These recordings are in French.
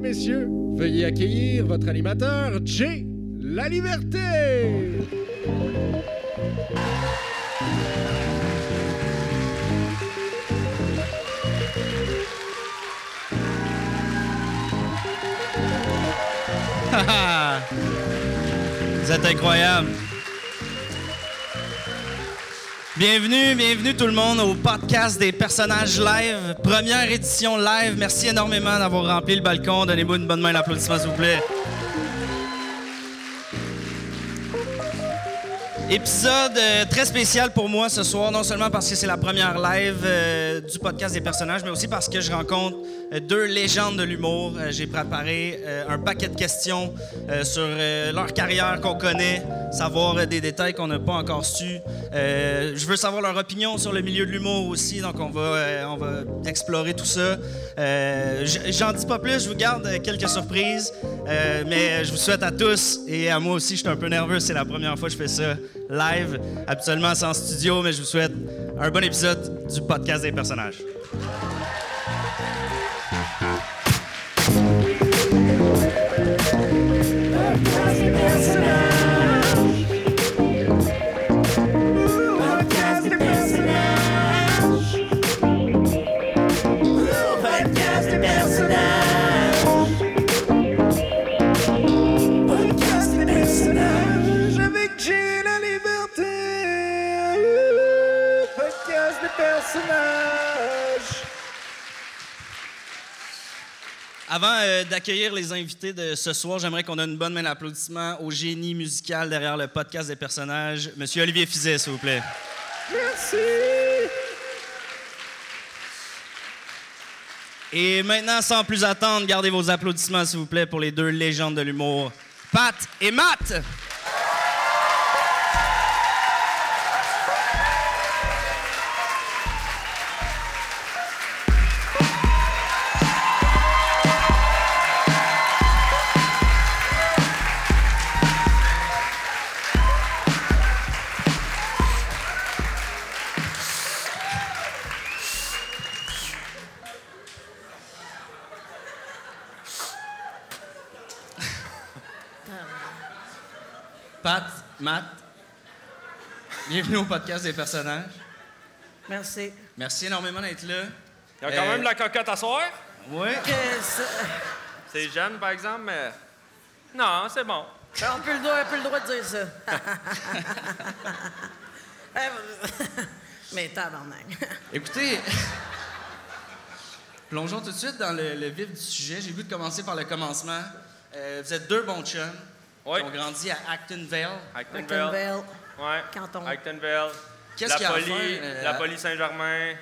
messieurs, veuillez accueillir votre animateur, Jay La Liberté. Vous êtes incroyables. Bienvenue, bienvenue tout le monde au podcast des personnages live, première édition live. Merci énormément d'avoir rempli le balcon. Donnez-moi une bonne main d'applaudissement, s'il vous plaît. Épisode euh, très spécial pour moi ce soir, non seulement parce que c'est la première live euh, du podcast des personnages, mais aussi parce que je rencontre euh, deux légendes de l'humour. Euh, J'ai préparé euh, un paquet de questions euh, sur euh, leur carrière qu'on connaît, savoir euh, des détails qu'on n'a pas encore su. Euh, je veux savoir leur opinion sur le milieu de l'humour aussi, donc on va, euh, on va explorer tout ça. Euh, j- J'en dis pas plus, je vous garde euh, quelques surprises, euh, mais je vous souhaite à tous et à moi aussi, je suis un peu nerveux, c'est la première fois que je fais ça live. Habituellement, c'est en studio, mais je vous souhaite un bon épisode du podcast des personnages. Avec Jay La Liberté. Podcast des personnages. Avant euh, d'accueillir les invités de ce soir, j'aimerais qu'on donne une bonne main d'applaudissement au génie musical derrière le podcast des personnages, Monsieur Olivier Fizet, s'il vous plaît. Merci. Et maintenant, sans plus attendre, gardez vos applaudissements, s'il vous plaît, pour les deux légendes de l'humour, Pat et Matt. Pat, Matt, bienvenue au podcast des personnages. Merci. Merci énormément d'être là. Il y a quand Euh, même de la cocotte à soir. Oui. Que ça- C'est jeune, par exemple, mais. Non, c'est bon. On peut le droit, on peut le droit de dire ça. Eh, Mais tabarnak. Écoutez, plongeons tout de suite dans le, le vif du sujet. J'ai le goût de commencer par le commencement. Euh, vous êtes deux bons chums Oui. qui ont grandi à Actonville. Actonville. Actonville. Ouais. Canton. Actonville. Qu'est-ce la qu'il y a à police, faire, euh, La à- police Saint-Germain.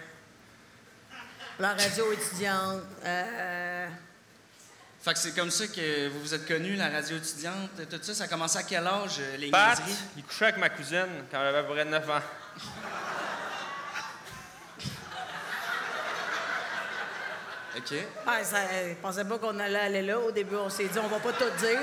La radio étudiante. euh, Fait que c'est comme ça que vous vous êtes connus, la radio étudiante, tout ça. Ça a commencé à quel âge, euh, les Pat, niaiseries? il couchait avec ma cousine quand j'avais à peu près 9 ans. OK. ouais, Ah, ça, je pensais pas qu'on allait aller là. Au début, on s'est dit, on va pas tout dire.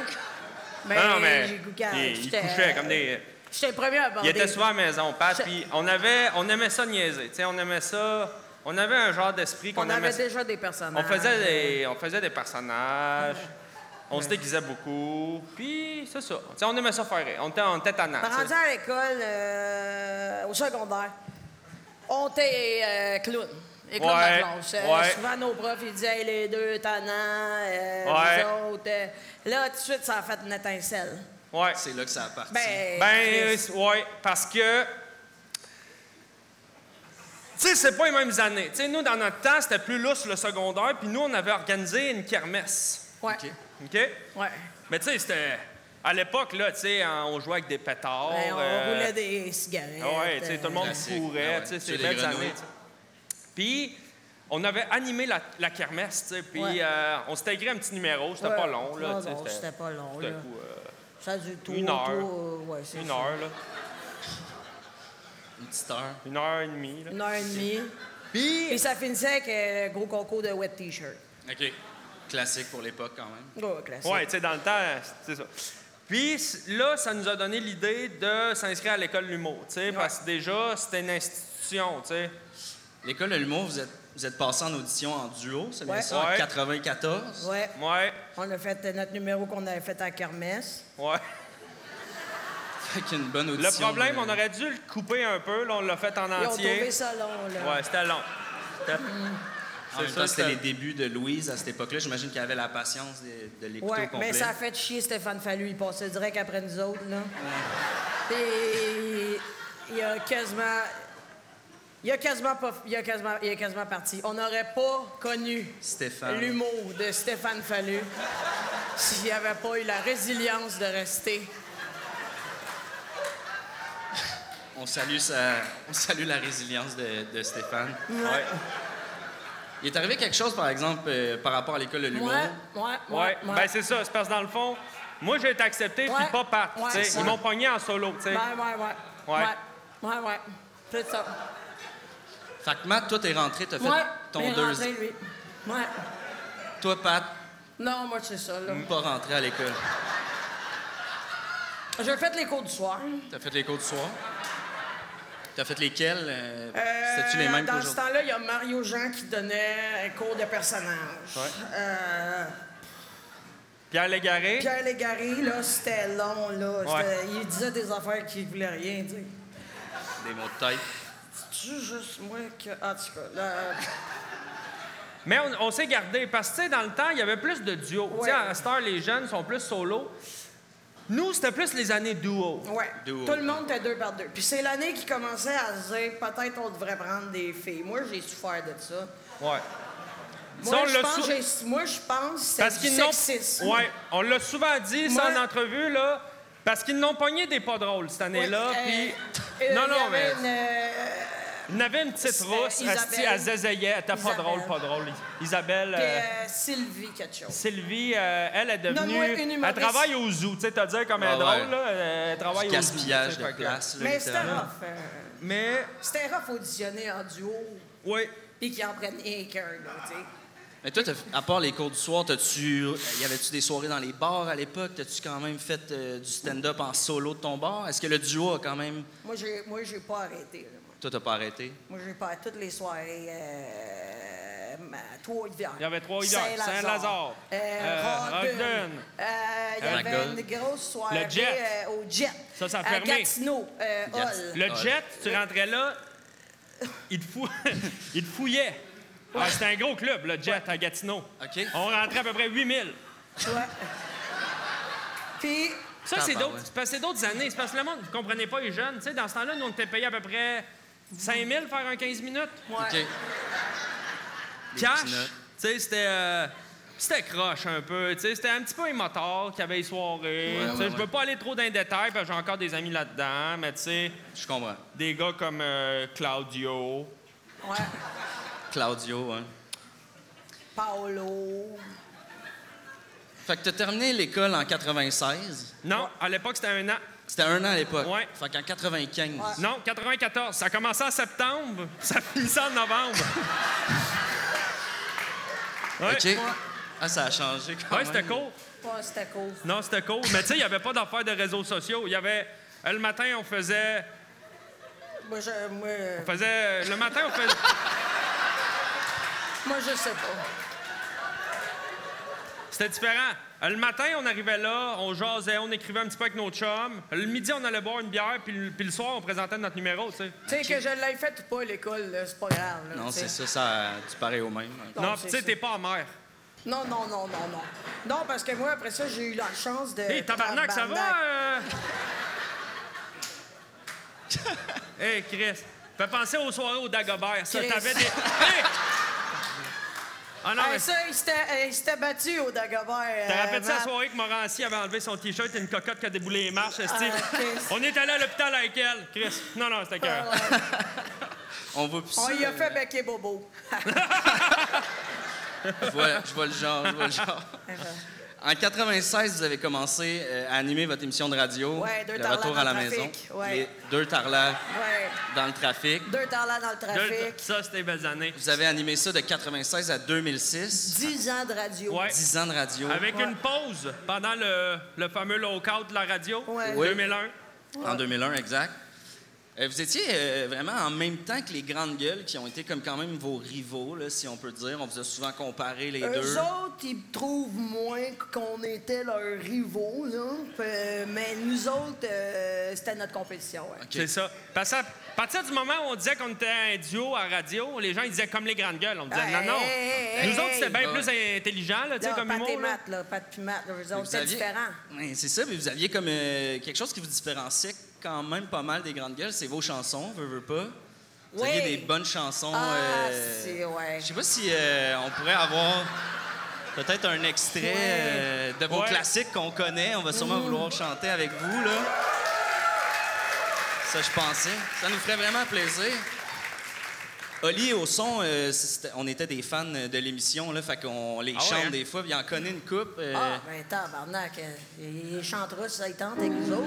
Mais, non, non, mais. j'ai goût qu'à- il, il j'étais- couchait euh, comme des. J'étais le premier à aborder. Il était souvent à la maison, Pat. Je- Puis on, avait, on aimait ça niaiser. Tu sais, on aimait ça. On avait un genre d'esprit qu'on On aimait avait ça. déjà des personnages. On faisait des, on faisait des personnages. On se déguisait beaucoup. Puis, c'est ça. Tu sais, on aimait ça faire rire. On était en tête à Ben, rendu à l'école, euh, au secondaire, on était euh, clown. Les clowns de la Ouais, classe. Euh, ouais. Souvent, nos profs, ils disaient Hey, les deux tannants, euh, Ouais. les autres. euh. Là, tout de suite, ça a fait une étincelle. Ouais. C'est là que ça a parti. Ben, Ben, Chris. euh, ouais, parce que. Tu sais, c'est pas les mêmes années. Tu sais, nous, dans notre temps, c'était plus lousse le secondaire, puis nous, on avait organisé une kermesse. ouais. OK. OK? ouais. Mais tu sais, c'était. À l'époque, là, tu sais, hein, on jouait avec des pétards. Ben, on euh, roulait des cigarettes. euh, Ouais, tu sais, tout le monde Classique, Ah courait, ouais, tu tuer sais, c'est des belles grenouilles. années, tu sais. Puis, on avait animé la, la kermesse, tu sais, puis Ouais. euh, on s'était écrit un petit numéro, c'était Ouais. pas long, là, Non, tu sais, non, c'était pas long, c'était là. coup, euh, Ça du tout. euh, Une heure. ouais, c'est une ça. heure, là, Une petite heure. une heure et demie, là. Une heure et demie. Puis, Et ça finissait avec euh, le gros concours de wet T-shirt. OK. Classique pour l'époque, quand même. Ouais, classique. ouais, tu sais, dans le temps, c'est ça. Puis c- là, ça nous a donné l'idée de s'inscrire à l'école de l'humour, tu sais, parce que déjà, c'était une institution, tu sais. L'école de l'humour, vous êtes Vous êtes passé en audition en duo, c'est bien Ouais. ça, en Ouais. 94. Ouais. Ouais, On a fait euh, notre numéro qu'on avait fait à Kermesse. ouais. Fait qu'une bonne audition. euh, Le problème, de- on aurait dû le couper un peu. Là, on l'a fait en Ils ont entier. trouvé ça long, là. Ouais, c'était long. C'était- En même C'est temps, ça, c'était les c'était- débuts de Louise à cette époque-là. J'imagine qu'elle avait la patience de, de l'écouter au Ouais, complet. mais ça a fait chier Stéphane Fallu. Il passait direct après nous autres, là. Et il a quasiment... Il a quasiment pas... Il a quasiment, il a quasiment parti. On n'aurait pas connu Stéphane. l'humour de Stéphane Fallu s'il n'y avait pas eu la résilience de rester. On salue, sa- on salue la résilience de, de Stéphane. Ouais. Il est arrivé quelque chose, par exemple, euh, par rapport à l'école de l'humour. Moi, moi, moi, Ouais, moi. ben c'est ça, c'est parce que dans le fond, moi j'ai été accepté Ouais. puis pas part. Ouais, t'sais. c'est ça. ils m'ont pogné en solo, tu sais. Ouais, ouais, ouais. Ouais. Ouais, ouais, ouais. C'est ça. Fait que Matt, toi, t'es rentré, t'as fait Ouais, il ton est deux... rentré, lui. Ouais. Toi, Pat, Non, moi, c'est ça, Mm. là. pas rentré à l'école. J'ai fait les cours du soir. T'as fait les cours du soir. T'as fait lesquels? euh, Euh, C'était-tu les mêmes Dans ce qu'aujourd'hui? temps-là, il y a Mario Jean qui donnait un cours de personnage. Euh, Pierre Légaré, Pierre Légaré, là, c'était long, là. Ouais. C'était- Il disait des affaires qu'il voulait rien dire. Des mots de tête. C'est-tu juste moi que... En tout cas, là... euh, mais on, on s'est gardé parce que tu sais, dans le temps, il y avait plus de duo. Tu sais, Ouais. à cette heure, les jeunes sont plus solo. Nous, c'était plus les années duo. Ouais. Duo. Tout le monde était deux par deux. Puis c'est l'année qui commençait à se dire peut-être on devrait prendre des filles. Moi, j'ai souffert de ça. Ouais. Ça, Moi, on je l'a pense, sou- que j'ai- moi, je pense que c'est Parce du qu'ils n'ont. sexisme. Ouais, on l'a souvent dit, ça, Moi- en entrevue, là. Parce qu'ils n'ont pogné des pas drôles cette année-là. Ouais, puis. euh, euh, non, il y non, mais. avait une, euh, Il y en avait une petite C'était rousse, Asti, Isabelle. elle zézayait. Elle était pas Isabelle. drôle, pas drôle. Isabelle. puis, euh, euh, Sylvie quelque chose. Sylvie, euh, elle est Nomme-moi devenue. une elle humoriste. travaille au zoo, tu sais, t'as dit comme elle est Ah ouais. drôle, là. euh, Elle travaille Du au zoo. tu gaspillage sais, de fait que- place, là, Mais c'était littéralement. rough. euh, Mais, C'était rough auditionner en duo, oui. puis qu'ils en prennent un cœur, là, tu sais. Mais toi, t'as- à part les cours du soir, t'as-tu, euh, y avait-tu des soirées dans les bars à l'époque? T'as-tu quand même fait euh, du stand-up en solo de ton bar? Est-ce que le duo a quand même... Moi, j'ai, moi, j'ai pas arrêté, là, moi. Toi, t'as pas arrêté? Moi, j'ai pas toutes les soirées. Euh, à Trois-Rivières. Il y avait Trois-Rivières, Saint-Lazare, Euh, euh, Rodden. Rodden. Euh, Il y Rangoon. avait une grosse soirée Le Jet. euh, au Jet. Ça, ça a à fermé. Gatineau, euh, Jet. Hall. Le Ah, jet, tu rentrais là, il te, fou... il te fouillait. Ah, C'était un gros club, le jet, à Gatineau. OK. On rentrait à peu près 8000. Ouais. Puis, Ça, Ah, c'est bah, d'autres. ouais. C'est parce que c'est d'autres années. C'est parce que le monde, vous comprenez pas, les jeunes. Tu sais, dans ce temps-là, nous, on était payés à peu près 5000 faire un 15 minutes. ouais. OK. Cash. Tu petits notes. sais, c'était. euh, c'était croche un peu. Tu sais, c'était un petit peu émotard qui avait les Ouais, soirées. Tu sais, ouais, Je ouais. veux pas aller trop dans les détails parce que j'ai encore des amis là-dedans. Mais tu sais, Je comprends. des gars comme euh, Claudio. ouais. Claudio, hein. Paolo. Fait que t'as terminé l'école en 96. Non, à l'époque, c'était un an. C'était un an à l'époque. Ouais. Fait qu'en 95. Non, 94. Ça commençait en septembre, puis ça finissait en novembre. ouais, OK. Ah, ça a changé quand ouais c'était même. cool. Ouais, c'était cool. Non, c'était cool. Mais tu sais, il n'y avait pas d'affaires de réseaux sociaux. Il y avait. euh, Le matin, on faisait. Moi, je, moi, on faisait euh, le matin, on faisait. moi, je sais pas. C'était différent. Euh, Le matin, on arrivait là, on jasait, on écrivait un petit peu avec nos chums. Le midi, on allait boire une bière, puis le, puis le soir, on présentait notre numéro, tu sais. Tu sais, que je l'ai fait ou pas à l'école, là, c'est pas grave. là, Non, tu sais. c'est ça, ça a du pareil au même. hein. Non, Non, c'est puis tu sais, ça. t'es pas en mer. Non, non, non, non, non. Non, parce que moi, après ça, j'ai eu la chance de. Hé, tabarnak, ça va? euh? Hé, euh? Chris, fais penser aux soirées au Dagobert. Ça, Chris. t'avais des... Hey! Ah non, Hey, mais ça, il s'était- euh, il s'était battu au Dagobert. T'as euh, rappelé de sa Matt. soirée que Morancy avait enlevé son t-shirt et une cocotte qui a déboulé les marches, esti? Ah, Chris. On est allé à l'hôpital avec elle, Chris. Non, non, c'était Ah, cœur. ouais. On va plus On ça, y a euh, fait becker Bobo. Je vois, je vois le genre, je vois le genre. En 96, vous avez commencé euh, à animer votre émission de radio, Ouais, deux Le tarlats retour dans à la le maison, trafic, ouais. les deux tarlats Ouais. dans le trafic. Deux talents dans le Deux- trafic. Ça, c'était des belles années. Vous avez animé ça de 96 à 2006, Dix ans de radio. Ouais. 10 ans de radio. Avec une pause pendant le, le fameux lockout de la radio, Ouais. Oui. 2001. En 2001, exact. Euh, vous étiez euh, vraiment en même temps que les grandes gueules qui ont été comme quand même vos rivaux, là, si on peut dire. On vous a souvent comparé les deux. Eux autres, ils trouvent moins qu'on était leurs rivaux, là. euh, Fait- mais nous autres, euh, c'était notre compétition, ouais. OK. C'est ça. Parce que à partir du moment où on disait qu'on était un duo à radio, les gens ils disaient comme les grandes gueules. On disait Hey, non, non. hey, Nous hey, autres, c'était hey. bien plus intelligent, là, tu sais, Là, comme Pat et humour. là. Matt, là, Pat puis Matt, là, eux autres, Vous c'était aviez- différent. Ouais, c'est ça, mais vous aviez comme euh, quelque chose qui vous différenciait quand même pas mal des grandes gueules, c'est vos chansons, veux, veux pas. Vous Oui. aviez des bonnes chansons. Ah, euh, c'est- ouais. Je sais pas si euh, on pourrait avoir peut-être un extrait euh, de vos Ouais. Mm. classiques qu'on connaît. On va sûrement vouloir chanter avec vous, là. Ça, je pensais. Ça nous ferait vraiment plaisir. Oli et au son, euh, c'était- on était des fans de l'émission, là, fait qu'on les Ah ouais, chante hein? des fois, puis il en connaît une coupe. euh, Ah, ben, tabarnak, euh, ils chantent russe, ça, ils tentent avec nous autres.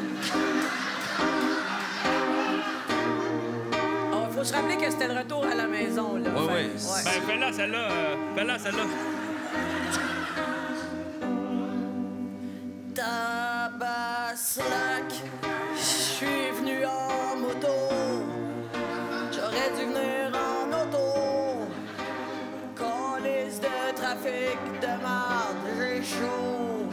Ah, faut se rappeler que c'était le retour à la maison, là. Ouais, Fait- ouais. Ben, fais-la, celle-là. euh, fais-la, celle-là. Tabaslac, je suis venu en moto. J'aurais dû venir en auto. Colisse de trafic de marde, j'ai chaud.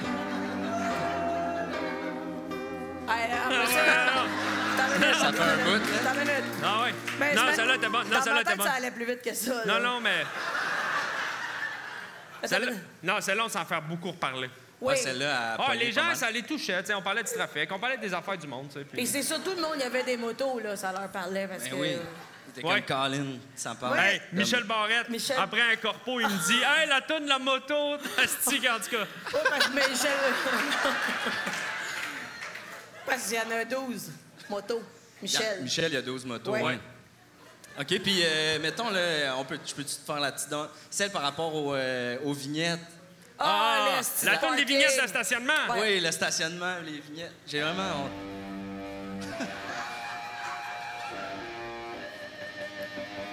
Hey, Ah, en plus, Attends une minute, Ça fait un bout, là. Attends une minute. Ah ouais. Ben, non, c'est- celle-là, t'es bonne. dans Non, ma celle-là, tête, t'es bonne. ça allait plus vite que ça. Non, là. non, mais. Attends, Celle-là, non, celle-là, on s'en fait beaucoup reparler. Oui. ouais, celle-là, elle Ah, pognait les pas gens, mal. ça les touchait. tu sais, On parlait du trafic, on parlait des affaires du monde. tu sais, Puis puis- c'est surtout le monde, il y avait des motos, là, ça leur parlait parce Ben que... oui. T'es euh, Ouais. comme Colin, ça parle. Hey, Michel Barrette, Michel- après un corpo, il me dit Hey, la toune, la moto, Asti, en tout cas. Oui, Oh, parce que Michel. parce qu'il y en a 12 motos. Michel. Ah, Michel, il y a 12 motos. Ouais. ouais. OK, puis euh, mettons, là, on peut, je peux-tu te faire la petite... don- Celle par rapport au, euh, aux vignettes. Ah, l'esti la de toune des parking. vignettes de stationnement. Ouais. Oui, le stationnement, les vignettes. J'ai vraiment... honte.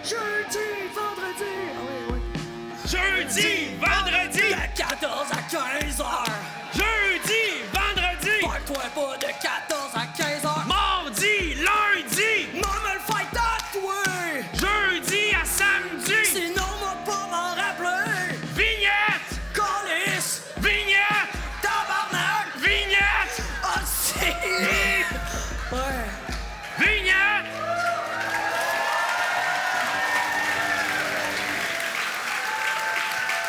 Jeudi, vendredi! Ah oui, oui. Jeudi, vendredi, De 14 à 15 heures. jeudi, vendredi, Parle-toi pas de 14 à 15 heures. mardi, lundi, Maman me le fight à toi. jeudi à samedi, Sinon, moi pas m'en rappeler. vignette, Colis, vignette, tabarnak, Ah, vignette, aussi. Ouais. vignette.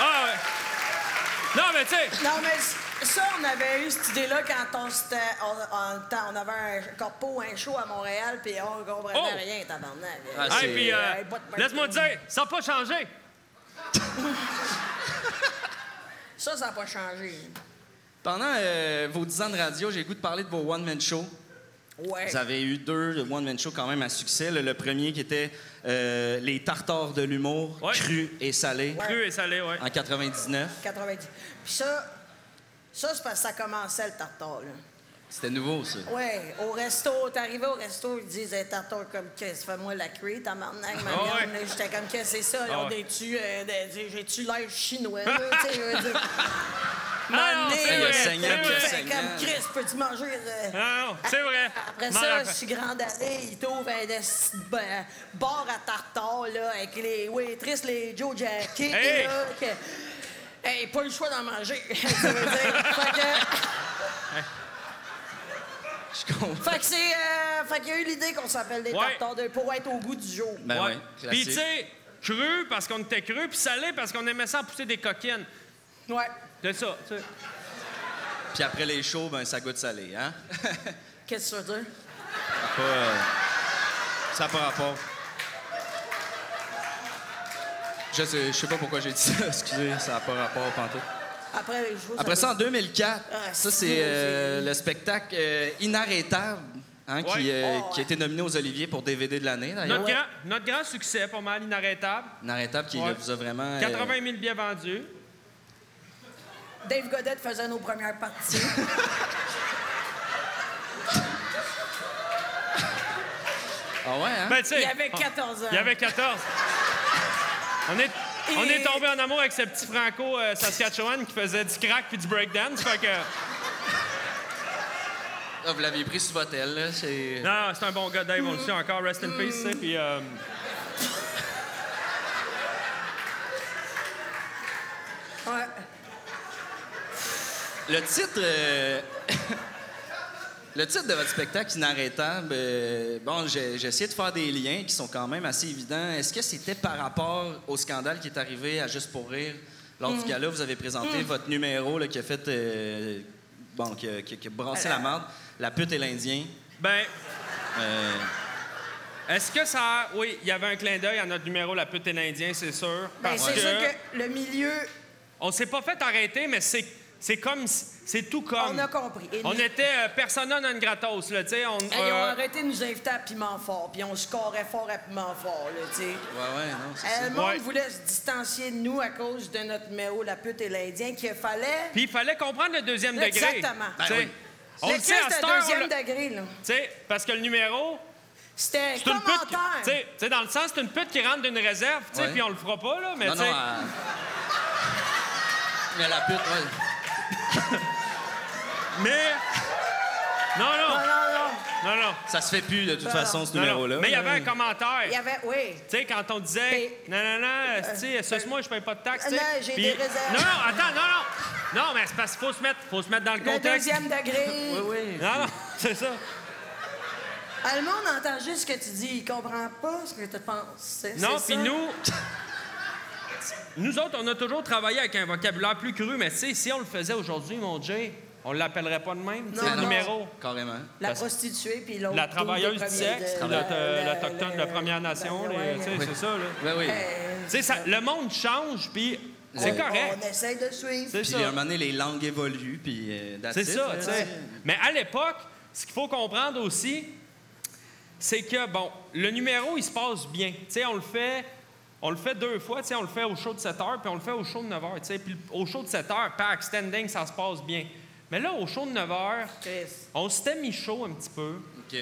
Ah, ouais. Non, mais tu sais, Non, mais c- ça, on avait eu cette idée-là quand on, s'était- on, en temps, on avait un corpo, un show à Montréal, puis on comprenait Oh! rien, tabarnak. Ah, Hey, c'est- puis, euh, euh, pas de- laisse-moi te dire, ça n'a pas changé. Ça, ça n'a pas changé. Pendant euh, vos 10 ans de radio, j'ai le goût de parler de vos one-man shows. Ouais. Vous avez eu deux one-man shows quand même à succès. Le, le premier qui était euh, Les Tartares de l'humour, Ouais. cru et salé, Ouais. Cru et salé, ouais. en 99. 90. Puis ça, ça c'est parce que ça commençait le tartare, là. C'était nouveau, ça. Ouais, au resto, t'arrivais au resto, ils disent un tartare comme qu'est-ce, fais-moi la cuite, ta marnac, ma Ah ouais. viande, là. J'étais comme qu'est-ce, c'est ça, là, Ah on ouais. est-tu, euh, des- j'ai-tu l'air chinois, là, tu sais, je veux dire. Ah non, Mané, c'est là, vrai, tu c'est sais, vrai. fais comme Chris, peux-tu manger? euh, Ah non, c'est vrai. Après M'en ça, rappelle. je suis grande allée, il t'ouvre un esti de ba- bar à tartare, là, avec les waitresses, les Joe Jackie, Hey! là, que... Hey, pas le choix d'en manger, ça veut dire. fait que, Je comprends. fait que c'est... euh, fait qu'il y a eu l'idée qu'on s'appelle des Ouais. tartares de... pour être au goût du jour. Ben Ouais. ouais, Puis classique. tu sais, cru parce qu'on était cru, puis salé parce qu'on aimait ça en pousser des coquines. Ouais. C'est ça, tu sais. Puis après les shows, ben ça goûte salé, hein? Qu'est-ce que tu veux dire? Pas, euh, ça n'a pas rapport. Je sais, je sais pas pourquoi j'ai dit ça, excusez, ça n'a pas rapport pantoute. Après les jours... Après ça, en 2004, Ah, ça c'est c'est beau, euh, le spectacle euh, Inarrêtable, hein, qui, Ouais. euh, Oh, qui a été nominé aux Oliviers pour DVD de l'année d'ailleurs. Notre, grand, notre grand succès, pas mal, inarrêtable. Inarrêtable qui Ouais. vous a vraiment... euh, 80 000 billets vendus. Dave Godette faisait nos premières parties. Ah ouais, hein? Ben, tu sais, Il avait 14 ans. Il y avait 14. On est, on Et- est tombé en amour avec ce petit Franco euh, Saskatchewan qui faisait du crack puis du breakdance. Fait que. Ah, vous l'aviez pris sous votre aile, là. C'est. Non, c'est un bon gars, Dave, on le sait encore. Rest in peace, tu sais, Puis, euh, Ouais. Le titre. euh, Le titre de votre spectacle inarrêtable, euh, bon, j'ai j'ai essayé de faire des liens qui sont quand même assez évidents. Est-ce que c'était par rapport au scandale qui est arrivé à Juste pour rire? Lors Mm. du gala, vous avez présenté votre numéro là, qui a fait. euh, bon, qui a, qui a- qui a brassé Euh. la marde. La pute et l'Indien. ben, Euh, est-ce que ça. Oui, il y avait un clin d'œil à notre numéro, la pute et l'Indien, c'est sûr. Ben, parce c'est sûr que le milieu, On s'est pas fait arrêter, mais c'est, c'est comme. C'est tout comme. on a compris. Et On nous- était euh, persona non gratos, là, tu sais. On, Hey, ils ont euh, arrêté de nous inviter à Piment Fort, puis on scorait fort à Piment Fort, là, tu sais. ouais, ouais, non, c'est Euh, ça. le monde Ouais. voulait se distancier de nous à cause de notre méo, la pute et l'Indien, qu'il fallait. Puis il fallait comprendre le deuxième degré. Exactement. Tu sais, Ben oui. On le L'exercice sait à cette de heure, on deuxième le- degré, là. Tu sais, parce que le numéro, C'était un c'est une pute. qui- commentaire. Tu sais- tu sais, dans le sens, c'est une pute qui rentre d'une réserve, tu sais, Ouais. puis on le fera pas, là, mais Non, tu non, sais. euh, Mais la pute, ouais. Mais. Non, non, non, non, non. non, non. Ça se fait plus de toute façon, ce Ah. non, numéro-là. non. Mais il y là. avait un commentaire. Il y avait. Oui. Tu sais, quand on disait, non, non, non, tu sais, ce moi, je paye pas de taxes. tu sais. Euh, Non, j'ai Puis- des réserves. Non, non, attends, non, non. Non, mais c'est parce qu'il faut se mettre, faut se mettre dans le Le contexte. deuxième degré. Non, non, c'est ça. Ah, Le monde entend juste ce que tu dis. Il comprend pas ce que tu penses. C'est- Non, c'est puis ça. nous. Nous autres, on a toujours travaillé avec un vocabulaire plus cru, mais tu sais, si on le faisait aujourd'hui, mon Jay, on l'appellerait pas de même, tu sais, Non, le non. numéro. Carrément. La parce- prostituée, puis l'autre. La tout, travailleuse le du premier sexe, de- puis le- l'auto- le- l'Autochtone de le- Première Nation, ben les- ouais, tu sais, c'est ça, là. Ben Oui, oui. euh, Tu sais, ça- le monde change, puis c'est on- correct. On essaye de suivre. C'est Puis ça. à un moment donné, les langues évoluent, puis euh, that's C'est it, ça, là, tu sais. Mais à l'époque, ce qu'il faut comprendre aussi, c'est que, bon, le numéro, il se passe bien. Tu sais, on le fait... On le fait deux fois, tu sais, on le fait au show de 7 heures, puis on le fait au show de 9 heures, tu sais. Puis au show de 7 heures, pack, standing, ça se passe bien. Mais là, au show de 9 heures, Chris. on s'était mis chaud un petit peu, OK.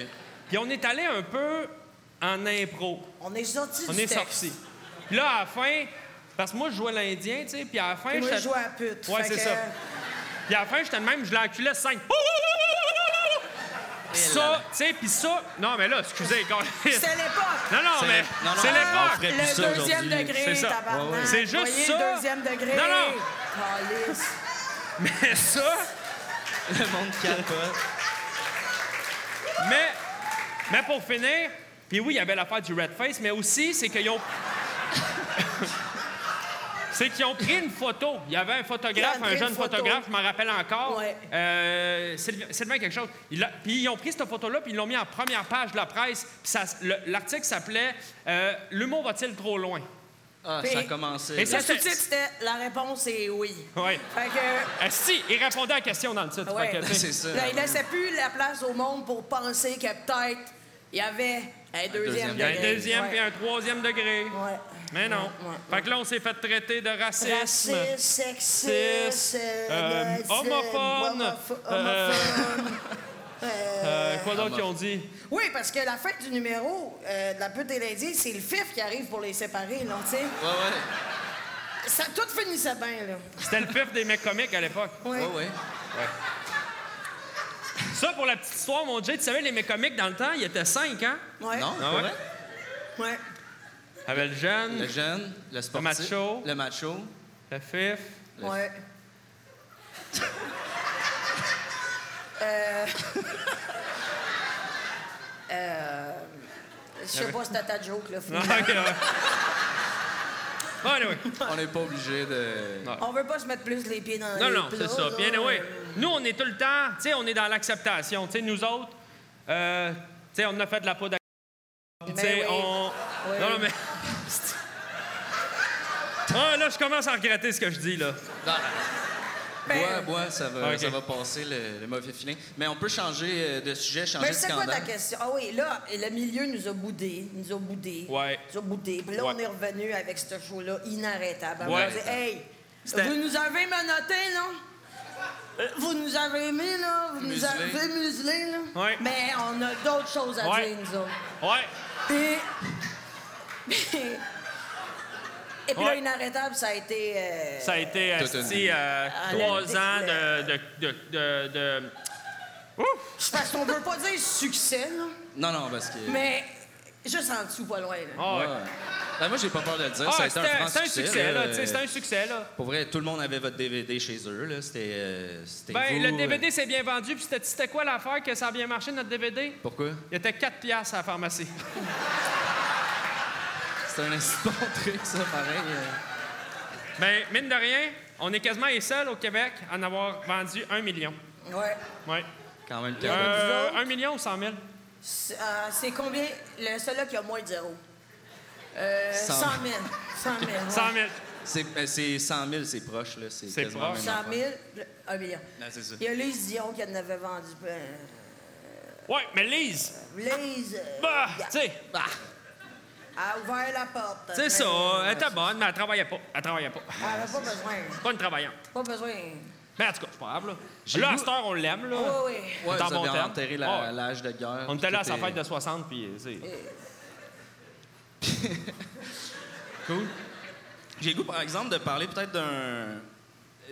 puis on est allé un peu en impro. On est sorti On du est texte. sorti. Puis là, à la fin, parce que moi, je jouais l'Indien, tu sais, puis à la fin, Puis Moi, j'étais- je joue à la pute. Ouais, Fait c'est que- ça. Puis à la fin, j'étais de même, je l'enculais Oh, 5. oh, Ça, tu sais, puis ça. Non, mais là, excusez, gars. C'était l'époque. Ah, Non, non, C'est- mais non, non, c'est on- on l'époque. ferait- plus ça Le deuxième aujourd'hui. degré, C'est ça. tabarnak. Ouais, ouais. C'est juste Voyez, ça. deuxième degré. Non, non. Calisse. Mais ça, Le monde capote. mais, mais pour finir, puis oui, il y avait l'affaire du red face, mais aussi, c'est qu'ils ont. C'est qu'ils ont pris une photo. Il y avait un photographe, Ils ont un pris jeune une photo. photographe, je m'en rappelle encore. Ouais. Euh, Sylvain, Sylvain quelque chose. Il a- puis ils ont pris cette photo-là, puis ils l'ont mis en première page de la presse. Puis ça- le- l'article s'appelait euh, L'humour va-t-il trop loin? Ah, Puis- ça a commencé. Et là. ça, Le sous-titre, c'était la réponse est oui. Ouais. Fait que. Ah, si, il répondait à la question dans le titre. Ouais. Fait que, tu sais, C'est ça. Là, il laissait plus la place au monde pour penser que peut-être il y avait un deuxième deuxième. il y a degré. un deuxième Ouais. et un troisième degré. Ouais. Mais non. Ouais, ouais, Fait que là, on s'est fait traiter de racisme. Raciste, sexiste, euh, nazi- homophone, homopho- euh, homophone. Euh, quoi d'autre qu'ils ont dit? Oui, parce que la fin du numéro euh, de la pute et l'Indien, c'est le fif qui arrive pour les séparer, là, tu sais. Ouais, ouais. Ça, tout finissait bien, là. C'était le pif des mecs comiques à l'époque. Ouais. Ouais, ouais. Ça, pour la petite histoire, mon Jay, tu savais, les mecs comiques, dans le temps, il y était cinq, hein? Ouais. Non, Ah pas ouais? vrai? Ouais. Il y avait le jeune, Le jeune, le sportif. macho. Le macho. le fif. Ouais. euh... euh... Je sais pas si t'as ta joke, là. Ah, OK, finalement. ouais. Ah, anyway. On n'est pas obligé de. On veut pas se mettre plus les pieds dans Non, les non, plats, c'est ça. là. Puis anyway, nous, on est tout le temps, tu sais, on est dans l'acceptation. Tu sais, nous autres, euh, tu sais, on a fait de la peau d'acteur. Puis, tu sais, Ben oui. on... Oui. Non, non, mais... Ah, là, je commence à regretter ce que je dis, là. Non. Ben- Bois, bois, ça va, Ok. ça va passer le, le mauvais filin. Mais on peut changer euh, de sujet, changer Mais de c'est quoi ta scandale. question? Ah oui, là, le milieu nous a boudés, nous a boudés, Ouais. nous a boudés. Puis là, Ouais. on est revenu avec ce show-là inarrêtable. On Ouais. a dit, hey, C'était- vous nous avez menottés, là? Euh, Vous nous avez mis, là? Vous Muselés. nous avez muselés, là? Ouais. Mais on a d'autres choses à Ouais. dire, nous autres. Ouais. Et... Et puis là, Ouais. inarrêtable, ça a été... euh, Ça a été, Toute une asti, vie. euh, Ah, trois le- ans de... de, de, de- de- Ouf! C'est parce qu'on peut pas dire succès, là, Non, non, parce que. mais juste en dessous, pas loin. Là. Ah, ouais. Ouais. Ben, moi, j'ai pas peur de le dire. Ah, ça a été c'était un franc c'était un succès, là. tu sais, C'était euh, un succès, là. Pour vrai, tout le monde avait votre DVD chez eux. Là. C'était, euh, c'était Ben, vous, le euh, DVD s'est bien vendu, puis c'était- c'était quoi l'affaire que ça a bien marché, notre DVD? Pourquoi? Il était 4 piastres à la pharmacie. C'est un esti bon truc, ça, pareil. euh. Ben, mine de rien, on est quasiment les seuls au Québec à en avoir vendu un million. Ouais. Ouais. Quand même, Euh, capote. un million ou 100 000? C'est euh, c'est combien? Le seul là qui a moins de zéro. Euh, 100 Cent. 000. 100 000. ouais. 100 000. C'est, euh, c'est 100 000, c'est proche. Là. C'est, C'est quasiment proche. la même 100 000, le- un million. affaire. Non, c'est ça. Ah, Il y a Lise Dion qui en avait vendu. euh, Ouais, mais Lise, Lise, euh, bah, yeah. tu sais, bah, a ouvert la porte. c'est ça, elle était bonne, mais elle travaillait pas. Elle travaillait pas. Elle avait pas besoin. Pas une travaillante. Pas besoin. Mais en tout cas, c'est pas grave, là. J'ai Là, à goût- cette heure, on l'aime, là. Ouais, ouais. Ouais, Dans vous mon avez terme. enterré la- Ouais. l'âge de guerre. On était là à sa Tout est- fête de 60, puis euh, c'est... Cool. J'ai le goût, par exemple, de parler peut-être d'un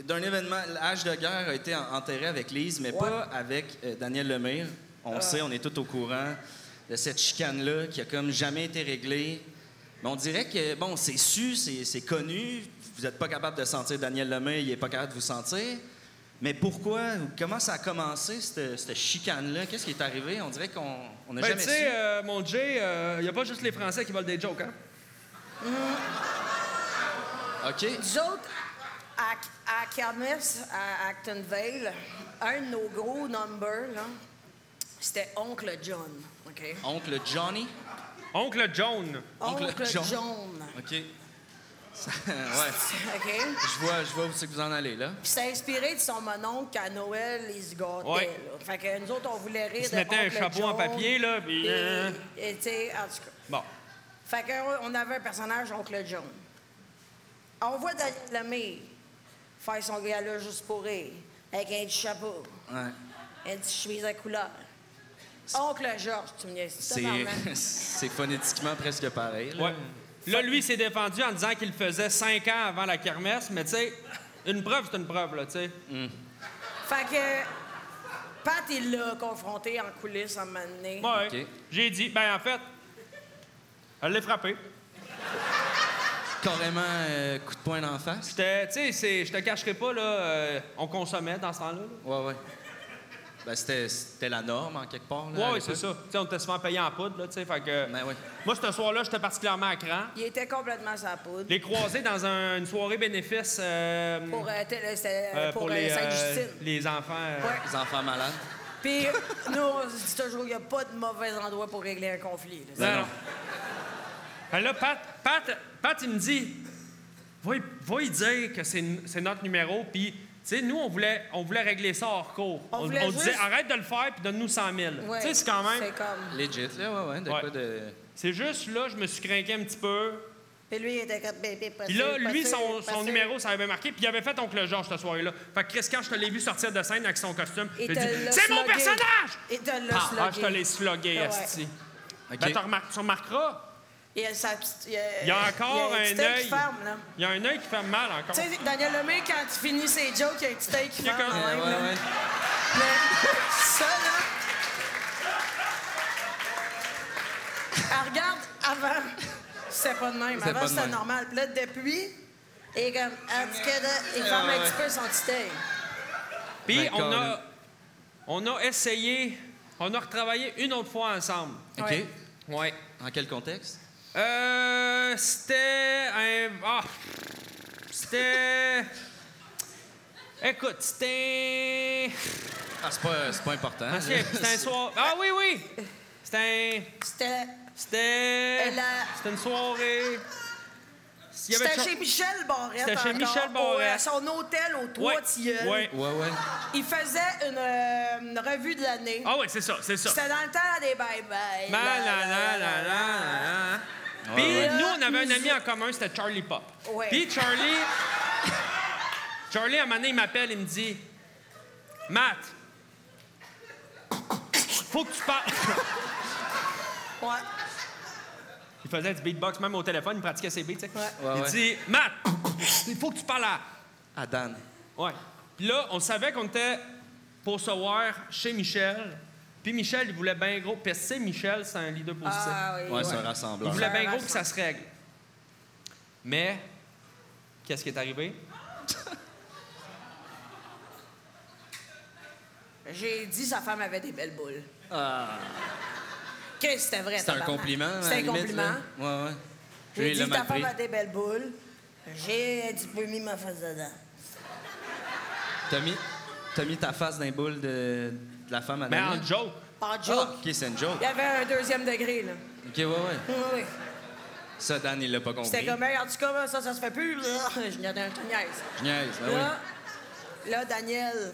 d'un événement. L'âge de guerre a été en- enterré avec Lise, mais pas avec euh, Daniel Lemire. On Ah. le sait, on est tous au courant de cette chicane-là qui a comme jamais été réglée. Mais on dirait que, bon, c'est su, c'est c'est connu. Vous n'êtes pas capable de sentir Daniel Lemire, il n'est pas capable de vous sentir. Mais pourquoi, ou comment ça a commencé, cette, cette chicane-là? Qu'est-ce qui est arrivé? On dirait qu'on on n'a Ben, jamais tu su. sais, euh, mon Jay, il n'y a pas juste les Français qui volent des jokes, hein? OK. euh, Nous autres, à, à Kermesse, à Acton Vale, un de nos gros numbers, là, c'était Oncle John. OK? Oncle Johnny. Oncle John. Oncle, Oncle John. John. OK. Ça- ouais. OK? Je vois, je vois où c'est que vous en allez, là. Puis c'est inspiré de son mononcle qu'à Noël, il se gâtait. Ouais. là. Fait que nous autres, on voulait rire Il se de mettait un Oncle chapeau en John, papier, là, puis, puis- euh. Et tu sais, en tout cas. Bon. Fait que, euh, on avait un personnage, Oncle John. On voit Daniel Lemire faire son gala juste pour rire, avec un petit chapeau, Ouais. une petite chemise à couleur. Oncle Georges, tu me dis, c'est tabarnak. C'est, c'est phonétiquement presque pareil. là. Ouais. Là, lui, il s'est défendu en disant qu'il le faisait cinq ans avant la kermesse, mais tu sais, une preuve, c'est une preuve, là, tu sais. Fait que, Pat, il l'a confronté en coulisses à un moment donné. Ouais. Mm, OK. J'ai dit, ben, en fait, elle l'a frappé. Carrément euh, coup de poing d'en face. J'étais, tu sais, c'est- je te cacherai pas, là, euh, on consommait dans ce temps-là. là. Ouais, ouais. Ben, c'était, c'était la norme, en quelque part. Là, à Ouais, ouais, l'époque. c'est ça. Tu sais, on était souvent payé en poudre, là, tu sais, fait que... Ben, ouais. Moi, ce soir-là, j'étais particulièrement à cran. Il était complètement sa poudre. Les croisés dans un- une soirée bénéfice euh, Pour, euh, télé- c'était, euh, euh, pour, pour euh, les, euh, Sainte-Justine. les enfants. euh, Ouais. Les enfants malades. Puis nous, on se dit toujours qu'il n'y a pas de mauvais endroit pour régler un conflit. là. Non, non. Ben là, Pat, Pat, Pat, il me dit va, y- va y dire que c'est n- c'est notre numéro, puis, tu sais, nous, on voulait, on voulait régler ça hors cours. On voulait disait juste- arrête de le faire, puis donne-nous 100 000. Ouais, tu sais, c'est quand même. C'est comme. Legit, là, ouais, ouais. De Ouais. quoi de. C'est juste là, je me suis craqué un petit peu. Puis lui, il était comme. ben, ben, pas Puis sûr, là, pas lui, sûr, son, pas son sûr. numéro, ça avait bien marqué. Puis il avait fait Oncle Georges cette soirée-là. Fait que Chris, quand je te l'ai vu sortir de scène avec son costume, Il j'ai te dit l'a C'est mon slogué. personnage Il te l'a Ah, ah, je te slogué. l'ai slogué, Ah ouais. esti. OK. Ben, t'en remar- tu remarqueras, Il y a sa petite- Il y a encore il y a un un petit œil œil. qui ferme, là. il y a un œil qui fait mal encore. Tu sais, Daniel Lemay, quand tu finis ses jokes, il y a un petit œil qui Il y a ferme. comme- quand Ouais, même, ouais, là. ouais. Mais ça, là. Elle regarde avant. C'était pas de même. C'était pas Avant, de c'était même. normal. Puis là, depuis, il est comme. En tout cas, là, il Ouais, ferme ouais, un petit ouais. peu son petit œil. Puis Ben, on a, Colin. on a essayé, on a retravaillé une autre fois ensemble. OK. Ouais. Ouais. En quel contexte? Euh, c'était un. Ah! C'était. Écoute, c'était. Ah, c'est pas, c'est pas important. un- C'était c'était un soir. Ah oui, oui! C'était un. C'était. C'était. Elle a- C'était une soirée. Il Euh, y avait Euh, C'était de- chez Michel Barrette. C'était chez encore, Michel Barrette. au- À son hôtel aux Trois Ouais, Tilleuls. ouais. Ouais, ouais. Il faisait une, euh, une revue de l'année. Ah oui, c'est ça, c'est ça. C'était dans le temps des bye-bye. Ma- la- la- la- la- la- la. Puis ouais. nous, on avait un ami en commun, c'était Charlie Pop. Ouais. Puis Charlie, Charlie, à un moment donné, il m'appelle, il me dit Matt, faut que tu parles. Ouais. Il faisait du beatbox, même au téléphone, il pratiquait ses beats, tu sais. Ouais, il ouais. dit Matt, il faut que tu parles à. À Dan. Ouais. Puis là, on savait qu'on était pour se voir chez Michel. Puis Michel, il voulait bien gros. Parce que c'est Michel, c'est un leader positif. Ah oui. Ouais, c'est un Il rassembleur. voulait Ouais. bien gros que ça se règle. Mais, qu'est-ce qui est arrivé? J'ai dit sa femme avait des belles boules. Qu'est-ce que c'était vrai, Ah. C'est un tabarnak? compliment, à la C'était un limite, compliment. là. Ouais, ouais. J'ai Lui, il l'a dit ta mal pris. femme a des belles boules. J'ai un petit peu mis ma face dedans. T'as mis, t'as mis ta face dans les boules de, de la femme à Mais Damien? en joke, Pas de Ah, joke. OK, c'est une Il joke. y avait un deuxième degré, là. OK, ouais, ouais. Oui, oui. Ça, Dan, il l'a pas compris. C'était comme, Hey, en tout cas, ça, ça se fait plus. Je n'y un niaise. Je niaise, ben oui. Là, là, Daniel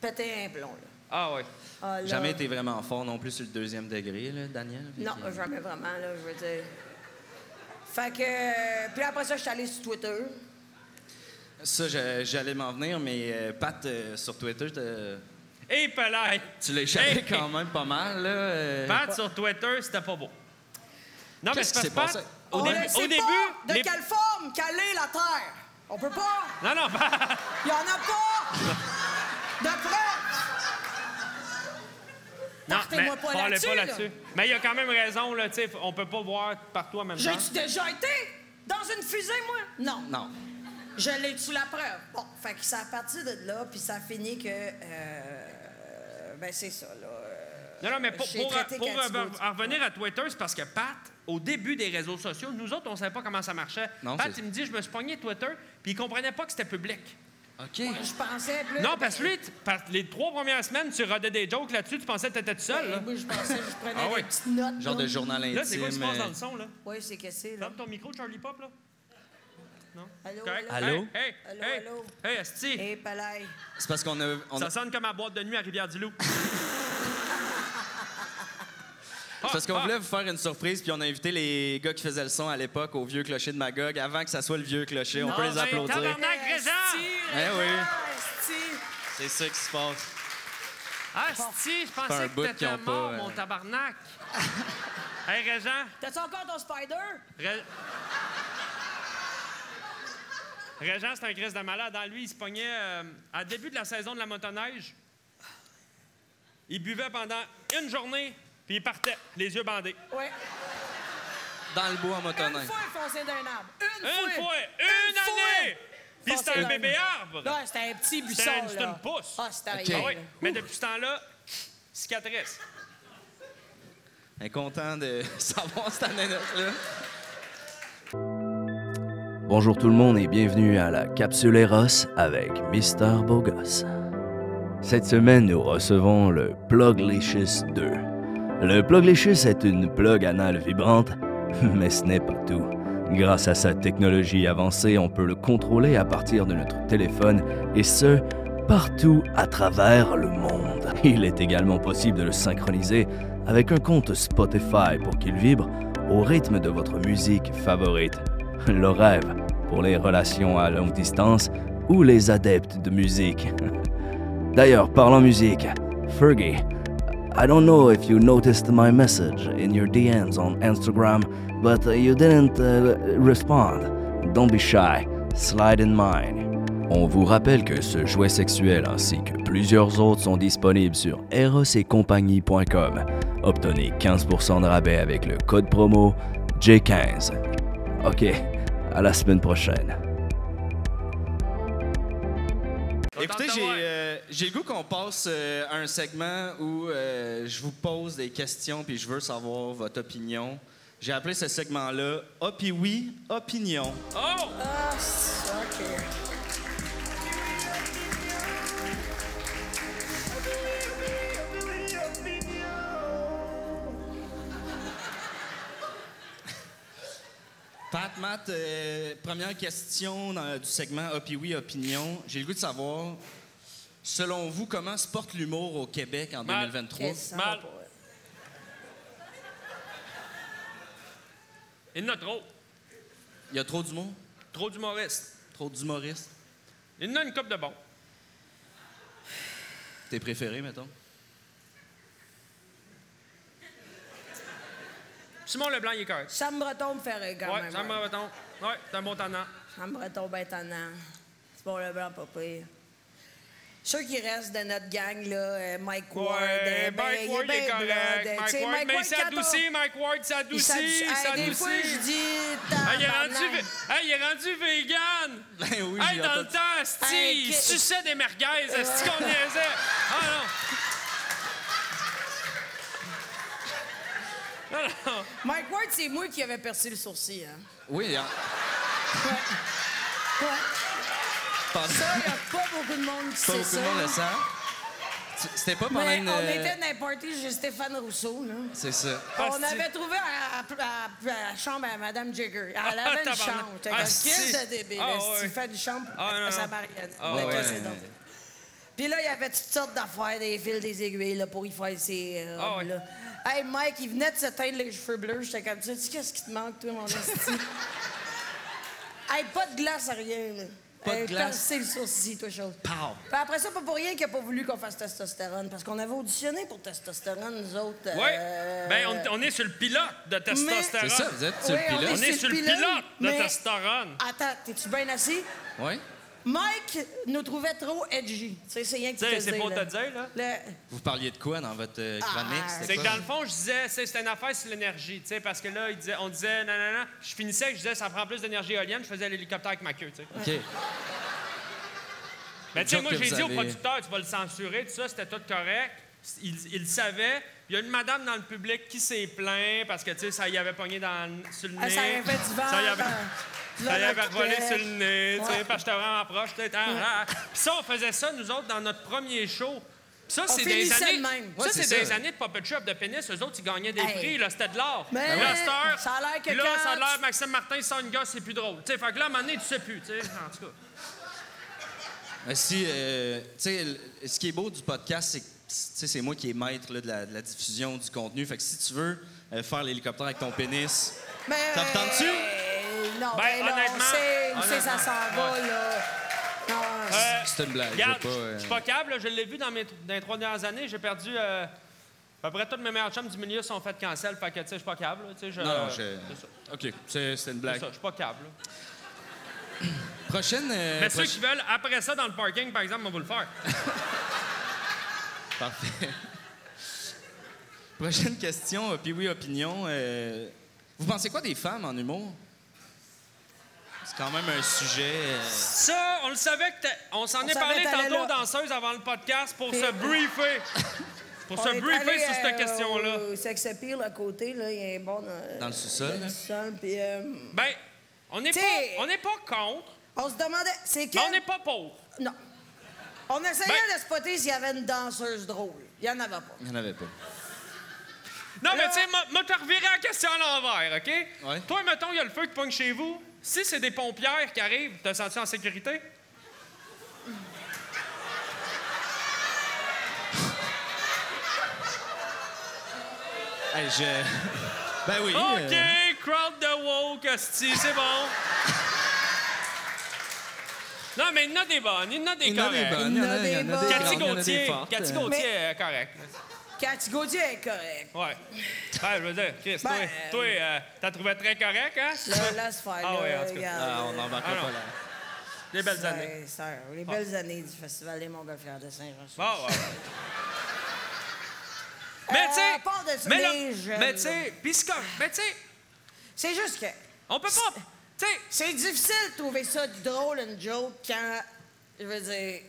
pétait un plomb, là. ah ouais. Ah, là, Jamais été vraiment fort non plus sur le deuxième degré, là, Daniel. Fait Non, que- jamais vraiment, là, je veux dire. Fait que. euh, Puis après ça, je suis allée sur Twitter. Ça, je- j'allais m'en venir, mais euh, Pat, euh, sur Twitter, t'as- Et Pelay! tu l'as échappé Hey! quand même pas mal, là. euh, Pat sur Twitter, c'était pas beau. Non, mais Qu'est-ce c'est qui parce s'est que passé? Pat, au, On dé- ne au sait début, pas de les- quelle forme caler la Terre. On peut pas. Non, non, Pat! Il n'y en a pas. De près. Non, Partez-moi pas parlez là-dessus, pas là. là-dessus. Mais il a quand même raison, là, tu sais, on peut pas voir partout en même temps. J'ai-tu déjà été dans une fusée, moi? Non. Non. Je l'ai sous la preuve. Bon, fait que ça a parti de là, puis ça a fini que. euh, ben, c'est ça, là. euh, Non, non, mais pour, J'ai pour- traité pour Cathy reven- Gauthier. en revenir à Twitter, c'est parce que Pat, au début des réseaux sociaux, nous autres, on savait pas comment ça marchait. Non, Pat, c'est- il me dit, je me suis pogné Twitter, puis il comprenait pas que c'était public. OK. Je pensais plus. Non, parce que lui, t- parce que les trois premières semaines, tu rodais des jokes là-dessus, tu pensais que t'étais tout seul, là. Eh, Moi, je pensais que je prenais Ah ouais. des petites notes. Genre de journal intime. Là, c'est quoi qui se passe euh, dans le son, là? Oui, c'est que c'est, là. Ferme ton micro, Charlie Pop, là. Non? Allô, Correct? allô? Allô? Hey, hey, Allô, hey, allô? hey, esti. Et palais. euh, C'est parce qu'on a, on a- Ça sonne comme à boîte de nuit à Rivière-du-Loup. Ah, C'est parce qu'on ah, voulait vous faire une surprise, puis on a invité les gars qui faisaient le son à l'époque au vieux clocher de Magog, avant que ça soit le vieux clocher. on peut les ben, applaudir. tabarnak, Régent! Eh oui. Esti. C'est ça qui se passe. Ah, si, je Fait un pensais bout que qu'ils ont t'étais pas, mort, euh, mon tabarnak. hey, Régent. T'as-tu encore ton spider? Ré- Régent, c'est un Christ de malade. Dans lui, il se pognait euh, à début de la saison de la motoneige. Il buvait pendant une journée, puis il partait, les yeux bandés. Oui. Dans le bois en Une motoneige. fois foncé d'un arbre. Une, Une fois, une, fois. année! Puis c'était un Forcément. bébé arbre. Là, c'était un petit buisson. C'était une- c'était là. une pousse. Ah, c'était Ok. rien, Ah oui. là. Mais depuis ce temps-là, cicatrice. On est content de savoir cette anecdote-là. Bonjour tout le monde et bienvenue à la Capsule Eros avec Mister Bogos. Cette semaine, nous recevons le Pluglicious 2. Le Pluglicious est une plug anale vibrante, mais ce n'est pas tout. Grâce à sa technologie avancée, on peut le contrôler à partir de notre téléphone et ce, partout à travers le monde. Il est également possible de le synchroniser avec un compte Spotify pour qu'il vibre au rythme de votre musique favorite. Le rêve pour les relations à longue distance ou les adeptes de musique. D'ailleurs, parlant musique, Fergie, I don't know if you noticed my message in your DMs on Instagram, but uh, you didn't uh, respond. Don't be shy, slide in mine. On vous rappelle que ce jouet sexuel ainsi que plusieurs autres sont disponibles sur erosetcompagnie.com. Obtenez 15% de rabais avec le code promo J15. Ok, à la semaine prochaine. Écoutez, Content de j'ai te voir. euh, j'ai le goût qu'on passe euh, à un segment où euh, je vous pose des questions puis je veux savoir votre opinion. J'ai appelé ce segment-là « Ah puis oui, opinion Oh! Ah, c'est- OK. Pat, Matt, euh, première question dans- du segment Ah puis oui, opinion. J'ai le goût de savoir, selon vous, comment se porte l'humour au Québec en Mal. 2023? Qu'est-ce que ça Mal. va pas? Il y en a trop. Il y a trop d'humour? Trop d'humoristes. Trop d'humoristes? Il y en a une coupe de bons. Tes préférés, mettons? Simon Leblanc, il est correct. Sam Breton me fait rire quand Ouais, même. hein. ça me ouais. retombe. Ouais, c'est un bon tannant. Sam Breton, ben tannant. C'est bon, le blanc, pas pire. Ceux qui restent de notre gang, là, euh, Mike Ward. euh, Ouais, ben, Mike Ward, il ben est blood, correct. euh, tu Mike sais, Ward, mais il quand s'adoucit, on- Mike Ward il s'adoucit, il s'adoucit. Hey, Des fois, je s'adoucit. dis... Ah, il, est tabarnak. rendu, ve- hey, il est rendu vegan! Ben oui, hey, j'ai dans le entendu- temps, asti, Hey, il que- suçait des merguez, asti qu'on niaisait! Ah non! Non, non! Mike Ward, c'est moi qui avais percé le sourcil. Hein. Oui, hein. Ouais. Pendant- Ça, il n'y a pas beaucoup de monde qui sait pas beaucoup ça. de monde le sent. Tu- C'était pas pendant Mais une. euh, on était dans un party chez Stéphane Rousseau, là. C'est ça. On Asti. avait trouvé à, à- à- à la chambre à Mme Jagger. Elle avait une Ah, tabarnak. chambre. T'as comme Asti. qu'est-ce de débile. Ah, esti, ouais. Il fait une chambre Ah, non, à sa non. marionnette. Ah, Mais ouais. qu'est-ce que c'est donc? Puis là, il y avait toutes sortes d'affaires, des fils, des aiguilles, là, pour y faire ses euh, Ah, robes, ouais. là. Hey, Mike, il venait de se teindre les cheveux bleus. J'étais comme, tu sais, qu'est-ce qui te manque, toi, mon esti? hey, pas de glace, rien, là. Pas de Hey, glace. percer le sourcil, toi, chose. Pow. Puis après ça, pas pour rien qu'il a pas voulu qu'on fasse testostérone, parce qu'on avait auditionné pour testostérone, nous autres. Ouais! euh, Ben, on, on est sur le pilote de testostérone! C'est ça, vous êtes sur Oui, le On pilote. est sur le pilote de mais- testostérone! Attends, t'es-tu bien assis? Oui. Mike nous trouvait trop edgy. Tu sais, c'est rien que Tu sais, te c'est pour te dire, là. Le- Vous parliez de quoi dans votre Ah. euh, chronique? C'était C'est que quoi? dans le fond, je disais, c'est c'est une affaire sur l'énergie, tu sais, parce que là, il disait, on disait, non, non, non. Je finissais, je disais, ça prend plus d'énergie éolienne, je faisais l'hélicoptère avec ma queue, tu sais. OK. Mais tu sais, joke moi, que j'ai vous dit au avez. producteur, tu vas le censurer, tout ça, c'était tout correct. Il, il le savait. Il y a une madame dans le public qui s'est plaint parce que, tu sais, ça y avait pogné dans, sur le nez. Ah, ça avait fait du vent. euh, Ça y avait, dans- ça y dans avait la revolé coupe. sur le nez, tu sais, Ouais. parce que j'étais vraiment proche. tu sais, ah, ah, ah. Puis ça, on faisait ça, nous autres, dans notre premier show. Puis ça, On c'est des finissait années. de même. Ça, Ouais, c'est c'est des ça. années de puppet shop de pénis. Eux autres, ils gagnaient des Hey. prix, là, c'était de l'or. Mais Là, cette heure, ça a l'air que Là, quand ça a l'air, tu- Maxime Martin, sans une gosse, c'est plus drôle. Tu sais, fait que là, à un moment donné, tu sais plus, tu sais, en tout cas. Mais si, euh, tu sais, l- ce qui est beau du podcast, c'est que tu sais, c'est moi qui est maître là, de, la, de la diffusion du contenu. Fait que si tu veux euh, faire l'hélicoptère avec ton pénis, Mais- euh, Ça te tente-tu? Non, Ben, mais là, on honnêtement- sait où c'est que ça s'en honnêtement, Euh, va, là. Non, c'est une blague. je veux Regarde, pas, je euh, je suis pas câble, là, je l'ai vu dans, mes, dans les trois dernières années, j'ai perdu. euh, à peu près toutes mes meilleurs chums du milieu sont faits de cancel, fait que, tu sais, je suis pas câble, là, tu sais, je. Non, non, euh, je- C'est ça, OK, c'est c'est une c'est blague. ça, je suis pas câble. là. Prochaine. euh, Mais ceux prochaine- qui veulent, après ça, dans le parking, par exemple, on va le faire. Parfait. Prochaine question, euh, puis oui, opinion. euh, vous pensez quoi des femmes en humour? C'est quand même un sujet. euh, Ça, on le savait que. t'a- On s'en est savait parlé que t'allais tantôt là. danseuse avant le podcast pour Puis- se briefer. pour on se est briefer allé, sur cette euh, question-là. au Sex Appeal à côté, là, il y a un bon... euh, Dans Ben, le sous-sol, dans hein? le sous-sol, puis, euh, Ben, on n'est pas, T'sais- on n'est pas contre, on se demandait... C'est mais quel... Ben, on n'est pas pour. Non. On essayait Ben- de spotter s'il y avait une danseuse drôle. Il n'y en avait pas. Il n'y en avait pas. Non, mais Là- tu sais, moi, moi, te revirer la question à l'envers, OK? Ouais. Toi, mettons, il y a le feu qui pogne chez vous. Si c'est des pompières qui arrivent, te sens-tu en sécurité? Hey, je... Ben oui. OK, euh, crowd de woke, hostie, c'est bon. Non, mais il y en a des bonnes, il y en a des Il y en a des correctes. bonnes, il y en a- il y en a des Cathy grandes, il y en a des Gauthier, fortes, Cathy euh. Gauthier est correcte. Cathy Gauthier est correcte. Ouais. Ouais, je veux dire, Chris, toi, Ben, toi, euh, t'as trouvé très correct, hein? Là, laisse faire. Ah là, oui, en tout cas. regarde, Ah, on là. n'embarquera Ah, non. pas là. Des belles années. Ouais, sœur, les belles années du Festival des Montgolfières de Saint-Jean. Bon, ouais. Mais tu à part Euh, de sais, ça, mais, les là- jeunes, mais tu sais, pis c'est comme- mais tu sais, C'est juste que on peut pas, tu sais, c'est difficile de trouver ça drôle, une joke, quand, je veux dire,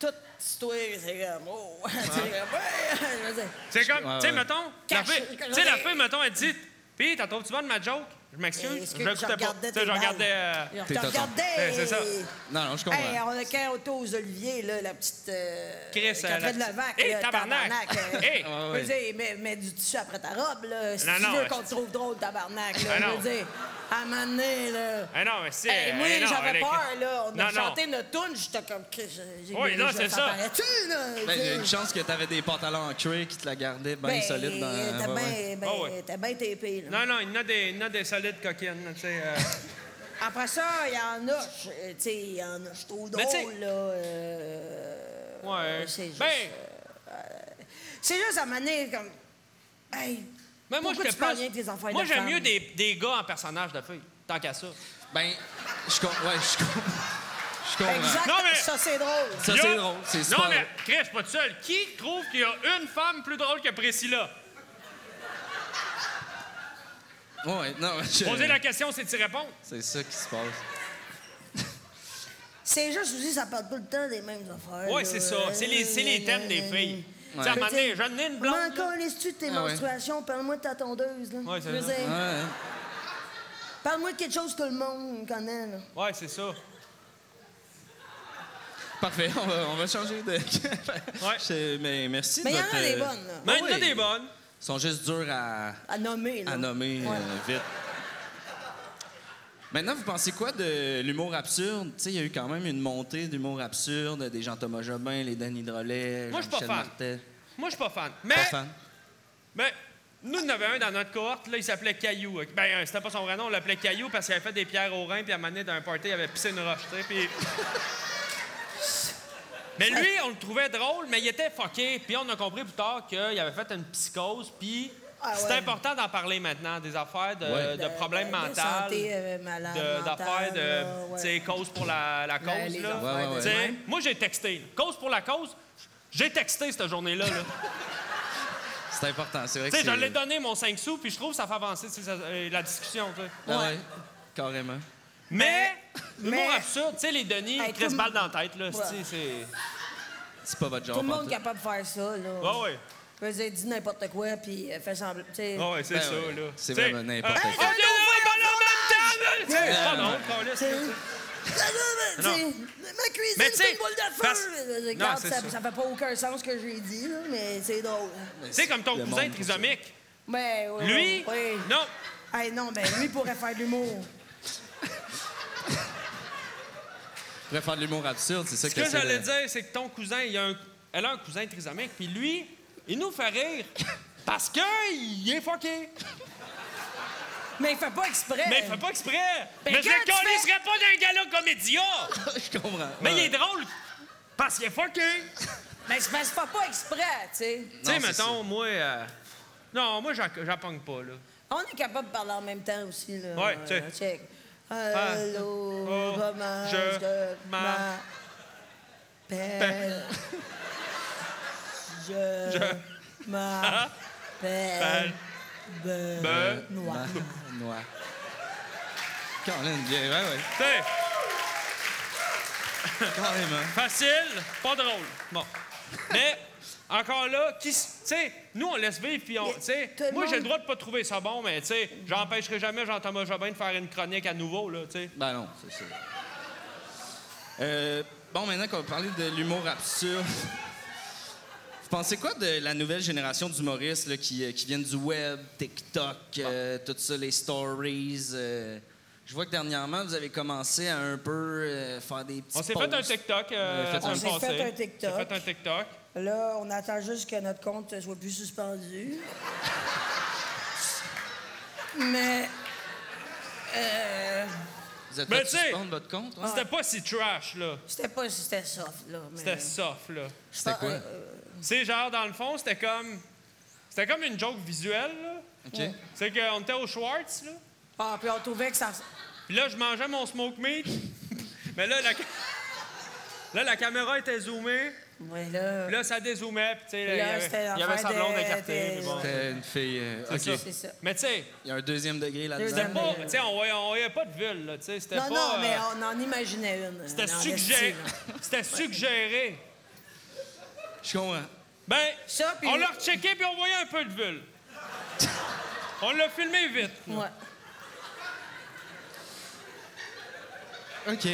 toute histoire, c'est comme, oh, c'est comme, ouais, je veux dire. C'est comme, Ouais, tu sais, ouais. mettons, la Caché, fille, caché. tu sais, la fille, mettons, elle dit, pis t'as trouvé-tu bonne ma joke? Je Hey, m'excuse, excuse, je l'écoutais pas. Tu sais, regardais je tes regardais. balles. euh, Je te tes tontons. regardais. Eh, c'est ça. et- Non, non, je comprends. Hey, on a quand auto aux Oliviers, là, la petite. Euh, Chris, euh, la Catherine petite- Levac. Hey, là, tabarnak. euh, Hey. Ah, je veux dire, mets, mets du tissu après ta robe, là. Si Non, tu non, veux euh, qu'on te trouve drôle, tabarnak, là. Ah, non. je veux dire, à un moment donné, là. Ah non, mais c'est. Hey, moi, eh non, elle j'avais est- peur, là. On a Non, non. chanté notre tune, j'étais comme. Chris, j'ai- Oui, j'ai- non, je- c'est ça. paraît-tu, là? Ben, il y a tu une sais? chance que t'avais des pantalons en cuir qui te la gardaient bien Ben, solide dans... T'as ouais, bien ouais. ben, Ah ouais. t'as bien tapé, là. Non, non, il y en a des, il y en a des solides coquines, là, tu sais. euh. Après ça, il y en a, je- euh, tu sais, il y en a, je trouve drôle, Mais tu sais- là. euh, Ouais. C'est juste. euh, Ben, C'est juste à un moment donné, comme. Hey, mais ben, moi, pourquoi j'étais tu parles rien de tes plus. affaires Moi, de j'aime femmes? mieux des, des gars en personnage de filles, tant qu'à ça. Ben, je comprends. Ouais, je com- je comprends. je comprends. Exact. Non, mais- Ça, c'est drôle. Ça, Il y a- c'est drôle. C'est Non, super. mais Chris, je suis pas tout seul. Qui trouve qu'il y a une femme plus drôle que Priscilla? drôle. Ouais, non, je- Poser la question, c'est d'y répondre. C'est ça qui se passe. C'est juste aussi, ça parle tout le temps des mêmes affaires. Ouais, là. c'est ça. C'est les, c'est les thèmes des filles. euh, Tu sais, à un moment donné, j'en ai une blonde. M'en colles-tu de tes Ah ouais. menstruations? Parle-moi de ta tondeuse. Là. Ouais, c'est Je veux ça. dire, Ouais. Parle-moi de quelque chose que tout le monde connaît. Là. Ouais, c'est ça. Parfait, on va, on va changer de. Ouais. Je- mais merci. de Mais il y en a votre, des euh, bonnes, là. Mais il y en a oui. des bonnes. Ils sont juste durs à, À nommer. Là. à nommer euh, Ouais. vite. Maintenant, vous pensez quoi de l'humour absurde? Tu sais, il y a eu quand même une montée d'humour absurde, des Jean-Thomas Jobin, les Danny Drolet, Moi, je suis pas Jean-Michel fan. Martel. Euh, Moi, je suis pas fan. Pas Mais, fan. mais nous, on avait un dans notre cohorte. Là, il s'appelait Caillou. Ben, euh, c'était pas son vrai nom. On l'appelait Caillou parce qu'il avait fait des pierres au rein, puis à un moment donné, dans un party, il avait pissé une roche, tu sais, puis... Mais lui, on le trouvait drôle, mais il était fucké. Puis on a compris plus tard qu'il avait fait une psychose, puis... Ah, c'est ouais. important d'en parler maintenant, des affaires de, Ouais. de problèmes mentaux. de santé, euh, malade de- d'affaires mentale, là, de, ouais. tu sais, cause pour la, la Ben, cause. les là. affaires Ouais, ouais, Tu sais, ouais. Moi, j'ai texté. là. Cause pour la cause, j'ai texté cette journée-là. là. C'est important, c'est vrai tu que sais, je c'est- l'ai donné mon 5 sous, puis je trouve que ça fait avancer tu sais, ça- euh, la discussion. tu sais. Ah ouais, carrément. Mais, mais- l'humour absurde, tu sais, les Denis, Hey, ils tout se le- balle dans la tête. Là, Ouais. c'est- c'est... C'est pas votre genre. Tout le monde pantoute. capable de faire ça. Là. Ouais, ouais. Je veux dire, dis n'importe quoi, puis euh, fais semblant. tu sais. Ouais, ouais, c'est Ben ça, ouais, là. c'est Tu sais, vraiment n'importe euh, quoi. on vient de- on vient de- on vient de- on vient de- C'est pas drôle, câlisse, Tu sais. là. Tu sais, Ma cuisine, Mais tu sais, c'est une boule de feu! parce- Je veux dire, Non, regarde, c'est ça, ça. ça fait pas aucun sens ce que j'ai dit, là, mais c'est drôle. Tu sais, comme ton Le cousin monde, trisomique. Mais, Ben, ouais, Lui, ouais. non. Hey, non, ben lui pourrait faire de l'humour. Je préfère de l'humour absurde, c'est ça Ce que c'est euh, j'allais de- dire, c'est que ton cousin, il a un, elle a un cousin trisomique, puis lui, il nous fait rire parce qu'il est fucké. Mais il fait pas exprès. Mais il fait pas exprès. Ben, mais je quand le tu fais- câlisserais pas d'un gala comédia. Je comprends. Mais il Ouais. est drôle parce qu'il est fucké. Mais Ben, c'est parce qu'il fait pas exprès, tu sais. Tu sais, c'est mettons, moi. euh, Non, moi, j'en- j'en pogne pas, là. On est capable de parler en même temps aussi, là. Ouais, Euh, check. check. Allô, Ah. Oh, comment je je m'a- m'appelle? Je m'appelle Benoît. Noir. Colin, bien, ouais, ouais. Tu sais, Carrément. hein. facile, pas drôle. Bon. Mais, encore là, qui. s- Tu sais, nous, on laisse vivre, puis on. Tu sais, Tout le moi, j'ai le monde- droit de pas trouver ça bon, mais, tu sais, j'empêcherai jamais Jean-Thomas Jobin de faire une chronique à nouveau, là, tu sais. Ben non, c'est ça. Euh, bon, maintenant qu'on va parler de l'humour absurde, vous pensez quoi de la nouvelle génération d'humoristes là, qui, euh, qui viennent du web, TikTok, Ah. euh, tout ça, les stories? euh, je vois que dernièrement, vous avez commencé à un peu euh, faire des petits On s'est fait un posts. TikTok. euh, On a fait la un- semaine On s'est fait passée. un TikTok. On s'est fait un TikTok. Là, on attend juste que notre compte soit plus suspendu. Mais. euh, Vous êtes Mais pas Ben, tu sais- suspendre votre compte? ouais? C'était pas si trash, là. c'était pas si c'était soft, là. mais- C'était soft, là. C'était quoi? euh, C'est genre, dans le fond, c'était comme. C'était comme une joke visuelle, là. OK. C'est qu'on était au Schwartz, là. Ah, puis on trouvait que ça. Puis là, je mangeais mon smoke meat. Mais là, la, ca- là, la caméra était zoomée. Ouais, là. Puis là, ça dézoomait. Puis, tu sais, là, il y Là, avait, c'était il y avait l'affaire sa blonde de- écartée. de- mais bon. C'était une fille. euh, OK. ça. C'est ça. Mais tu sais, Il y a un deuxième degré là-dedans. Deuxième. pas- tu sais, on voyait, on voyait pas de ville, là. tu sais, C'était Non, pas. non, mais euh, on en imaginait une. C'était en suggéré. esti, là. C'était suggéré. Je comprends. Ben, Ça, puis- on l'a rechecké puis on voyait un peu de ville. on l'a filmé vite. Ouais. OK.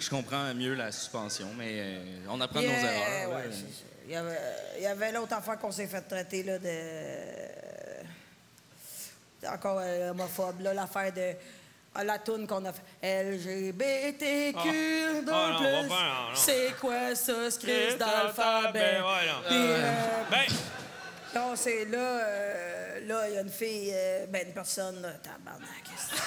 Je comprends mieux la suspension, mais euh, on apprend nos Yeah, erreurs. là. ouais, c'est ça. Il y avait, il y avait l'autre affaire qu'on s'est fait traiter là, de. Encore euh, homophobe, là, l'affaire de. ah, la toune qu'on a fait. LGBTQ de Ah, non, on va plus. pas, non, non. C'est quoi ça, ce crise Crise d'alphabet, ouais, d'alphabet? non. Puis, euh, Ben, non, c'est là, euh, là, il y a une fille, euh, ben une personne, là, tabarnak. qu'est-ce que c'est?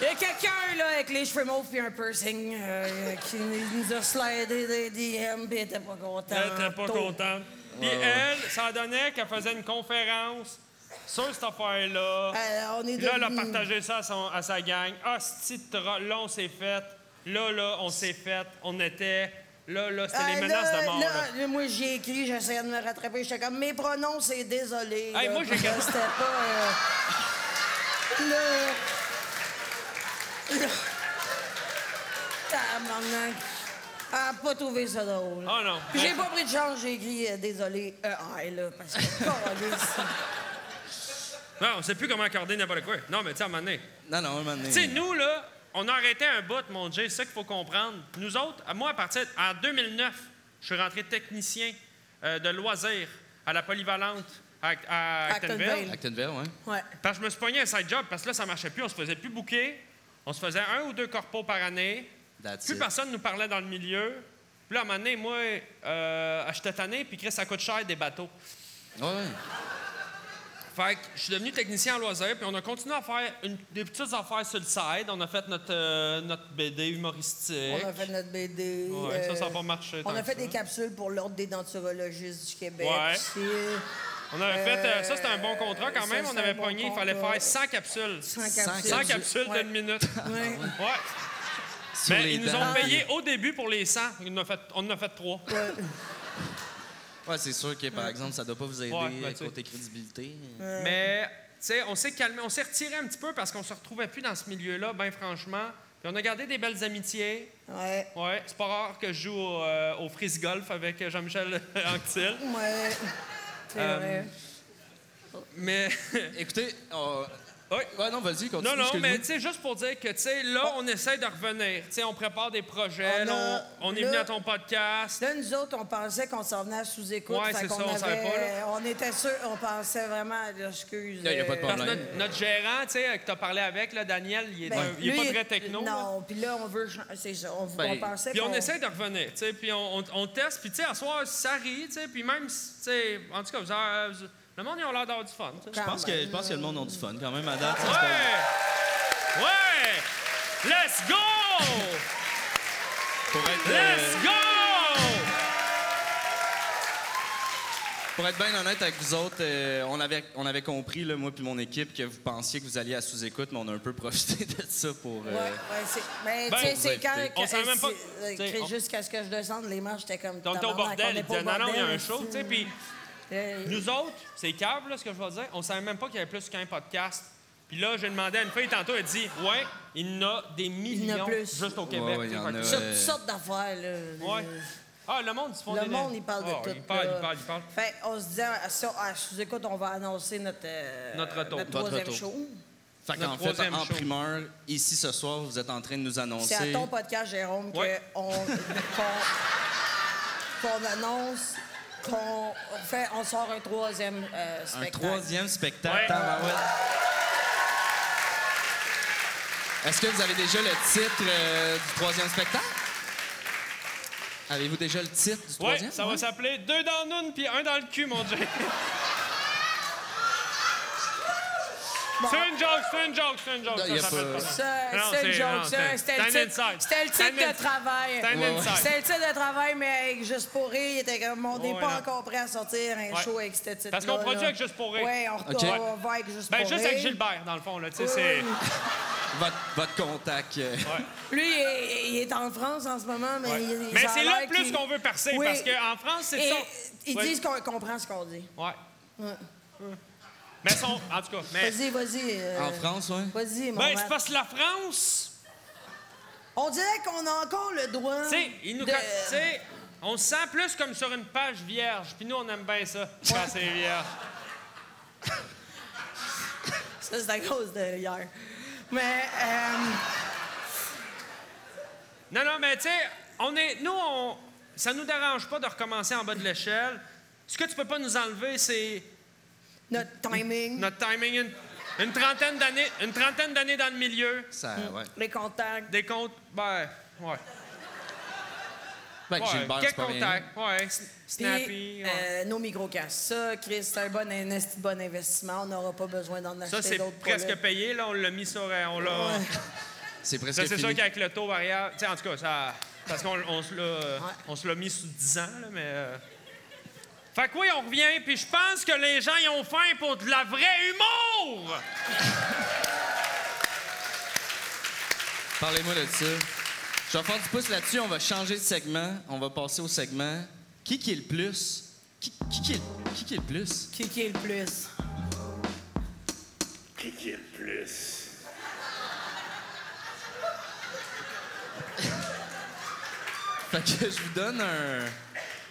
Il y a quelqu'un, là, avec les cheveux mauves puis un piercing, euh, qui nous a slidé des DM puis était pas content. elle était pas Tôt. contente. Puis elle, ça donnait qu'elle faisait une conférence sur cette affaire-là. Euh, on est Puis là, elle a devenu- partagé ça à, son- à sa gang. Ah, ce long, c'est fait. Là, là, on s'est fait, on était. Là, là, c'était Ah, les menaces là, de mort. là, là. là, moi, j'ai écrit, j'essayais de me rattraper. J'étais comme, mes pronoms, c'est désolé. Hey, là, moi, j'ai parce que quel- C'était pas. euh, là. Là. Tabarnak. Ah, pas trouvé ça drôle. Ah, non. Puis j'ai pas pris de chance, j'ai écrit euh, désolé, EI, là, parce que. câlisse. Non, on sait plus comment accorder n'importe quoi. Non, mais tu sais, à un moment donné. Non, non, un moment donné. Tu sais, nous, là, on a arrêté un bout, mon Dieu, c'est ça qu'il faut comprendre. Nous autres, moi, à partir. En 2009, je suis rentré technicien euh, de loisirs à la polyvalente à, à Actonville. Actonville. Actonville, ouais. Ouais. Parce que je me suis pogné un side job parce que là, ça marchait plus. On se faisait plus bouquer. On se faisait un ou deux corpos par année. That's plus it. personne nous parlait dans le milieu. Puis là, à un moment donné, moi, euh, j'étais tanné, puis Chris, ça coûte cher des bateaux. Ouais, ouais. Fait que je suis devenu technicien en loisirs, puis on a continué à faire une- des petites affaires sur le side. On a fait notre, euh, notre BD humoristique. On a fait notre BD. Ouais, ça, ça a pas marché On tant a que fait ça. des capsules pour l'Ordre des denturologistes du Québec. Ouais. aussi. On avait fait. euh, Euh, ça, c'était un bon contrat quand ça, même. On c'était avait un bon pogné, il fallait contrat. faire 100 capsules. 100 capsules. capsules Ouais. d'une minute. Ouais. Ouais. Sur Mais les ils nous dents. ont payé au début pour les 100. Ils en ont fait- on en a fait trois. Ouais, c'est sûr que, par exemple, ça doit pas vous aider euh, Ouais, ben, tu sais. côté crédibilité. Mais, tu sais, on s'est calmé, on s'est retiré un petit peu parce qu'on se retrouvait plus dans ce milieu-là, ben franchement. Puis on a gardé des belles amitiés. Ouais. Ouais, c'est pas rare que je joue au, euh, au frisbee golf avec Jean-Michel Anctil. Ouais. C'est Euh, vrai. Mais, Écoutez, on- Ouais. ouais, non, vas-y, continue. non, non, excuse-moi. mais tu sais, juste pour dire que, tu sais, là, on essaie de revenir. Tu sais, on prépare des projets. On là, a- On, on est Ah, là- venu à ton podcast. Là, nous autres, on pensait qu'on s'en venait à sous-écoute. Ouais, fait c'est qu'on ça, on savait avait- pas, là. On était sûrs, on pensait vraiment, là, excuse. Là, y a pas de euh, problème. Parce que notre, notre gérant, tu sais, que t'as parlé avec, là, Daniel, il est, ben, un- il est lui, pas très techno. là. Non, puis là, on veut. ch- C'est ça. On, Ben, on pensait Puis on qu'on- essaie de revenir, tu sais, puis on, on- on teste, puis tu sais, à soir, ça rit, tu sais, puis même, si- tu sais, en tout cas, vous en- vous- le monde, ils ont l'air d'avoir du fun, tu sais. Quand Je pense, que, même. je pense que le monde a du fun quand même à date. ça se passe Ouais! bien. Ouais! Let's go! Pour être, euh, Let's go! Pour être bien honnête avec vous autres, euh, on, avait, on avait compris, là, moi puis mon équipe, que vous pensiez que vous alliez à sous-écoute, mais on a un peu profité de ça pour... euh, Ouais, ouais, c'est. Mais Ben, tu sais, vous c'est quand. invitez. quand- On savait même pas- c'est- euh, tu sais, on- Jusqu'à ce que je descende, les marches, j'étais comme. Donc, t'es au tabarnak, on bordel, est il pas disait, au non, non, il y a un bordel, show, tu sais, puis Euh, nous autres, c'est cave, là, ce que je vais dire, on savait même pas qu'il y avait plus qu'un podcast. Puis là, j'ai demandé à une fille tantôt, elle dit, ouais, il y en a des millions plus. juste au Ouais, Québec. ouais, tu il y sais, en fait a. que- Sur Euh, toutes sortes d'affaires, là. Ouais. Ah, le monde, ils se font Le des- monde, il parle de Ah, tout. Il parle, là. il parle, il parle. Fait, on se disait, ah, si on, ah, sous écoute, on va annoncer notre, euh, Notre retour. notre Votre troisième retour. show. Fait Notre qu'en fait, troisième en show. primeur, ici ce soir, vous êtes en train de nous C'est à annoncer... ton podcast, Jérôme, que Ouais. on- qu'on qu'on annonce qu'on fait, on sort un troisième euh, Un spectacle. troisième spectacle. Ouais. Tabarouette. Est-ce que vous avez déjà le titre euh, du troisième spectacle? Avez-vous déjà le titre du Ouais, troisième? ça va s'appeler deux dans une puis un dans le cul, mon Dieu. C'est une joke, c'est une joke, c'est une joke. Non, y Ça a s'appelle pas- pas ça. Ça, Non, C'est une c'est- non, joke, ça. c'est- C'était c'est le un titre, inside. c'était le C'est un titre de inside. travail. C'est un Ouais, ouais. inside. C'était le titre de travail, mais avec Juste pour rire, il était comme, on n'est Ouais, pas non. encore prêt à sortir un Ouais. show avec ce titre Parce qu'on produit avec Juste pour rire. Oui, on, Ok. on va avec Juste Ben, pour juste rire. avec Gilbert, dans le fond, là, tu sais, c'est... Votre, votre contact. euh, Lui, il est, il est en France en ce moment, mais il- il- Mais ça a c'est là l'air plus qu'il- qu'on veut percer, Oui. parce qu'en France, c'est Et ça. Ils Ouais. disent qu'on comprend ce qu'on dit. Ouais. Mais son... En tout cas, mais... Vas-y, vas-y. euh, En France, oui. Vas-y, mon Ben, Matt. c'est parce que la France, On dirait qu'on a encore le droit. tu sais, ils nous... de- con- Tu sais, on se sent plus comme sur une page vierge, puis nous, on aime bien ça, quand c'est vierge. Ça, c'est à cause de hier. Mais, euh, Non, non, mais tu sais, on est, nous, on, ça nous dérange pas de recommencer en bas de l'échelle. Ce que tu peux pas nous enlever, c'est notre timing, notre timing, une, une trentaine d'années, une trentaine d'années dans le milieu, Ça, ouais. les contacts. des comptes, ben, ouais, Ben, ouais, Gilbert, c'est quelques pas rien. contacts, ouais, sn- Puis, snappy, ouais. euh, nos micro-casses. Ça, Chris, c'est un bon, un esti de bon investissement. On n'aura pas besoin d'en ça acheter c'est d'autres presque pour le- payé, là, on l'a mis sur, euh, on l'a, C'est presque ça c'est sûr fini. qu'avec le taux variable, tu sais, en tout cas, ça, parce qu'on on se l'a, on se l'a mis sous 10 ans, là, mais. euh, Fait que oui, on revient, puis je pense que les gens y ont faim pour de la vraie humour! Parlez-moi de ça. Je Je vais faire du pouce là-dessus, on va changer de segment. On va passer au segment Qui qui est le plus? Qui qui, qui est, qui qui est le plus? Qui qui est le plus? Fait que je vous donne un.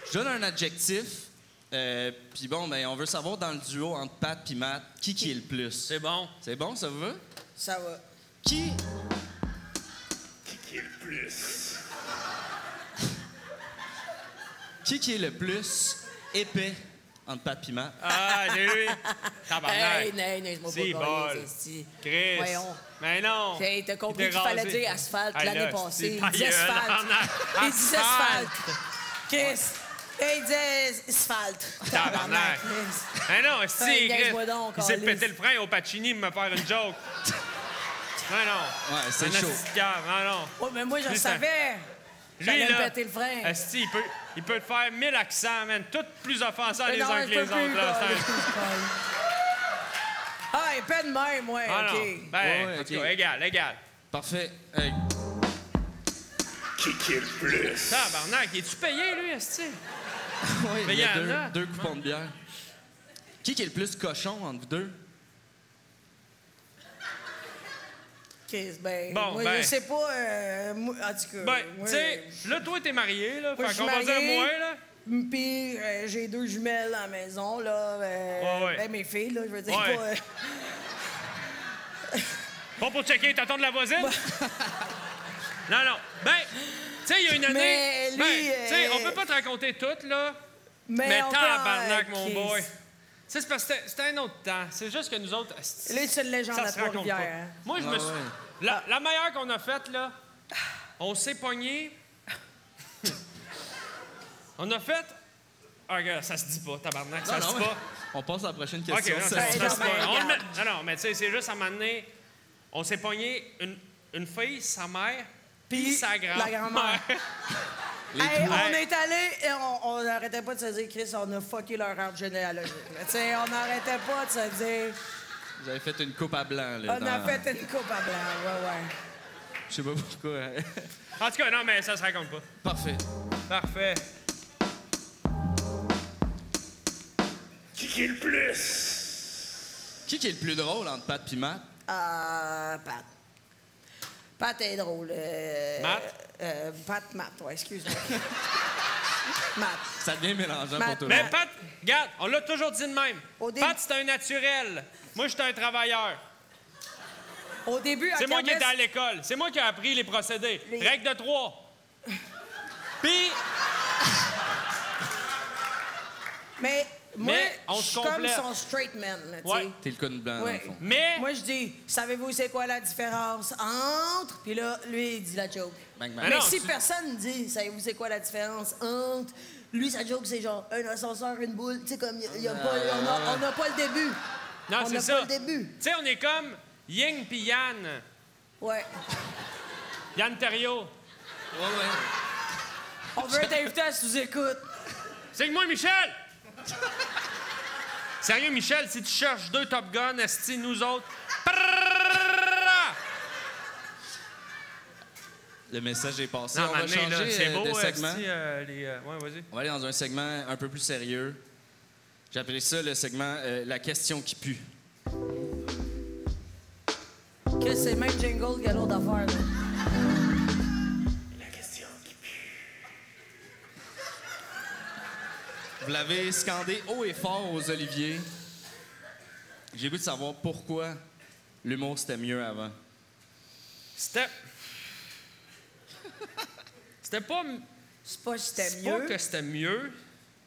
Je donne un adjectif. euh, puis bon, ben on veut savoir dans le duo entre Pat et Matt, qui qui est le plus? C'est bon. C'est bon, ça vous va? Ça va. Qui? Qui qui est le plus? Qui qui est le plus épais entre Pat et Matt? Ah, j'ai eu. Hey, Tabarnak. non, non, C'est je m'en pas bol. c'est Chris. Voyons. Mais non. Hey, t'as compris Il qu'il était fallait rasé. dire asphalte Hey, l'année là, c'est passée. ta Il gueule, disait asphalte. tabarnak. Il disait asphalte. Chris. Hey, Il disait asphalte. Tabarnak. Chris. Mais non, si, Hey, Chris. niaise-moi donc, Il s'est câlisse. pété le frein au Pacini pour me faire une joke. Non, non. Ouais, c'est Un chaud. asti de cave, Non, non. Ouais, mais moi, je le Lui, ça- savais. J'allais me là, péter le frein. asti, il peut, il peut te faire mille accents, man. Toutes plus offensants Mais les non, uns je que peux les plus, autres. là. Paul, C'est un- excuse-moi. Ah, il est pas de même, ouais, Ah, OK. non. Ouais, Ben, ouais, en tout ok. cas, égal, égal. Parfait. Hey, Tabarnak, es-tu payé, lui, esti? ouais, Mais il y a y en deux, a. deux coupons de bière. Qui qui est le plus cochon entre vous deux? Chris, ben, Bon, moi, ben. je sais pas. euh, moi, en tout cas. Ben, moi, euh, tu sais, là, toi, t'es marié, là. moi, je Fait suis qu'on va dire mariée, moi, là. Puis, euh, j'ai deux jumelles à la maison, là. euh, Ouais, ouais. Ben, mes filles, là, je veux dire, Ouais. pas. euh, Bon pour checker, t'attends de la voisine? non, non. Ben, tu sais, il y a une année. Bah. Mais lui, ben, tu sais, euh, on peut pas te raconter tout, là. mais Mais on peut ah, euh, en- tabarnak, mon Chris. boy. Tu sais, c'est parce que c'était- c'était un autre temps. C'est juste que nous autres. Là, c'est une légende ça à se raconte pas. Trois-Rivières. hein. Moi, je me Ah suis. ouais. La, la meilleure qu'on a faite, là, Ah. on s'est pogné. on a fait. Ah, regarde, ça se dit pas, tabarnak, ça Non, se non, dit pas. On passe à la prochaine OK, question. non, ça- ça se non, passe mais pas. On le met- regarde. Non, non, mais tu sais, c'est juste à un moment donné, on s'est pogné une, une fille, sa mère, puis Puis sa grand-mère. la grand-mère. Hey, on est allé et on- on n'arrêtait pas de se dire, Chris, on a fucké leur arbre généalogique. là. Tu sais, on n'arrêtait pas de se dire, Vous avez fait une coupe à blanc. Là, on a dans- fait une coupe à blanc. Ouais, ouais. Je sais pas pourquoi. En tout cas, non, mais ça se raconte pas. Parfait. Parfait. Qui qui est le plus drôle entre Pat et Matt? Euh, Pat. Pat est drôle. euh, Matt? euh, Pat, Matt, ouais, excuse-moi. Matt. Ça devient mélangeant Matt, pour tout le Mais monde. Eh, Pat, regarde, on l'a toujours dit de même. Au début- Pat, c'est un naturel. Moi, j'étais un travailleur. Au début, à C'est moi qui Kermesse- étais à l'école. C'est moi qui ai appris les procédés. Les- Règle de trois. Puis, Mais moi, Mais on je se suis comme complète. son straight man, là, tu sais. Ouais. T'es le cône blanc, dans le Ouais. fond. mais, Moi, je dis, savez-vous c'est quoi la différence entre... Puis là, lui, il dit la joke. Bang, Mais bang. Mais Ben non, si tu- personne ne dit, savez-vous c'est quoi la différence entre... Lui, sa joke, c'est genre un ascenseur, une boule. Tu sais, comme, y a- y a pas- on n'a pas le début. non, on c'est n'a ça. pas le début. Tu sais, on est comme Ying puis Yann. Ouais. Yann Terriot. Ouais, ouais. On veut t'inviter à sous-écoute. C'est que moi, Michel! Sérieux, Michel, si tu cherches deux Top Gun, esti, nous autres... Prrrrrrrrrrrrrrrrrrrrrrrrrrrrrrrrrrrrrrrrrrrrrrrrrrrrrrrrrrrrrrrrr. Le message est passé. Non, on mais va changer c'est euh, beau, de euh, segment. esti, euh, les, euh, ouais, vas-y. On va aller dans un segment un peu plus sérieux. J'appelais ça le segment euh, La question qui pue. Que c'est le même jingle que l'autre affaire. Là. Vous l'avez scandé haut et fort aux oliviers. J'ai goût de savoir pourquoi l'humour c'était mieux avant. C'était... C'était pas... m- C'est pas que c'était C'est pas mieux. que c'était mieux.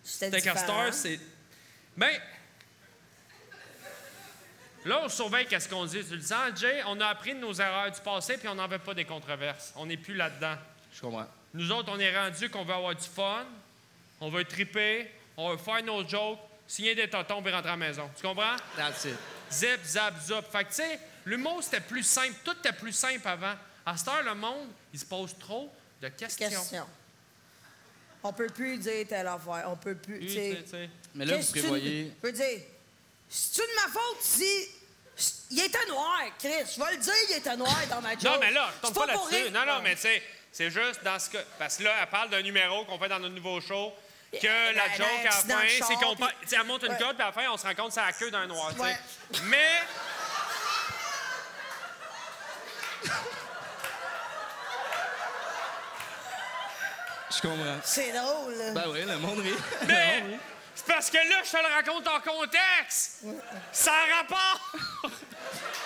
C'était C'était différent. castor, c'est... Ben... Là, on surveille qu'est-ce qu'on dit. Tu le sens, Jay? On a appris de nos erreurs du passé, puis on n'en veut pas des controverses. On n'est plus là-dedans. Je comprends. Nous autres, on est rendu qu'on veut avoir du fun, on veut triper, on veut faire nos jokes, signer des tontons et rentrer à la maison. Tu comprends? That's it. Zip, zap, zop. Fait que, tu sais, l'humour, c'était plus simple. Tout était plus simple avant. À cette heure, le monde, il se pose trop de questions. Question. On peut plus dire telle affaire. On peut plus. Oui, tu tu sais. sais, tu sais. Mais là, vous Qu'est-ce que tu- prévoyez. Je veux dire, c'est-tu de ma faute si. Il est à noir, Chris. Je vais le dire, il est à noir dans ma joke. Non, mais là, C'est tombe pas pas pour là-dessus. rire. Non, non, mais tu sais, C'est juste dans ce que. Parce que là, elle parle d'un numéro qu'on fait dans notre nouveau show. Que Yeah, la ben, joke un à la accident de fin, char, c'est qu'on puis- pa- tu sais, Elle monte une Ouais. corde, puis à la fin, on se rend compte que c'est la queue d'un noir. tu sais. Ouais. Mais. Je comprends. C'est drôle. là. Bah, Ah Ben oui, le monde rit. Mais. C'est parce que là, je te le raconte en contexte. Ça a rapport.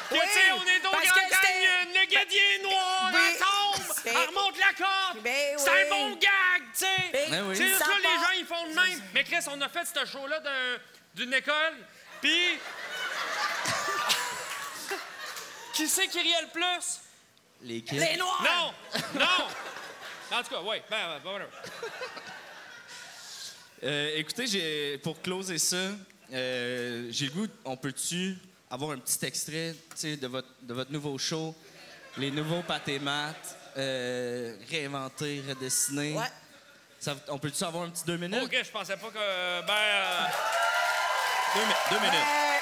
que, tu sais, on est donc parce en que c'était- gagne. Le gadier est noir, Ben, elle tombe, c'est- elle remonte la corde. Ben c'est oui. un bon gag, tu sais. Ben, Ben oui. C'est ça ça, les part- gens, ils font de même. Mais Chris, on a fait ce show-là d'un- d'une école, puis... qui c'est qui riait le plus? Les kids. Les noirs! Non! Non! En tout cas, oui, ben, ben, whatever. Euh, écoutez, j'ai- pour closer ça, euh, j'ai le goût, on peut-tu avoir un petit extrait tu sais, de votre, de votre nouveau show, les nouveaux pâtés maths, euh, réinventés, redessinés? Ouais. Ça vous- on peut-tu avoir un petit deux minutes? ben, OK, je pensais pas que... Ben, euh, Deux, mi- deux minutes. Euh,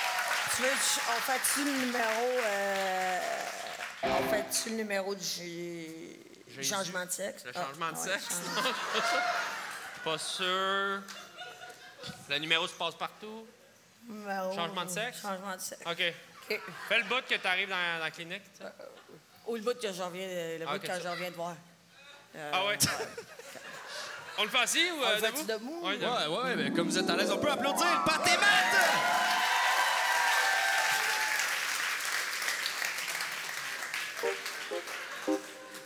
tu veux, que je- on fait-tu le numéro. euh, on fait-tu le numéro du du changement de sexe? le Ah, changement de ouais, sexe. changement- pas sûr. Le numéro se passe partout. numéro- euh, Changement de sexe? Changement de sexe. OK. OK. Fais le bout que t'arrives dans, dans la clinique. tu sais. Ou le bout que je reviens, le Ah, bout ok, que ça. je reviens de voir. Euh, Ah ouais? On le fait assis ou le euh, fait-tu debout? Ouais, Ouais, ouais, ben, comme vous êtes à l'aise, on peut applaudir le pâté maths!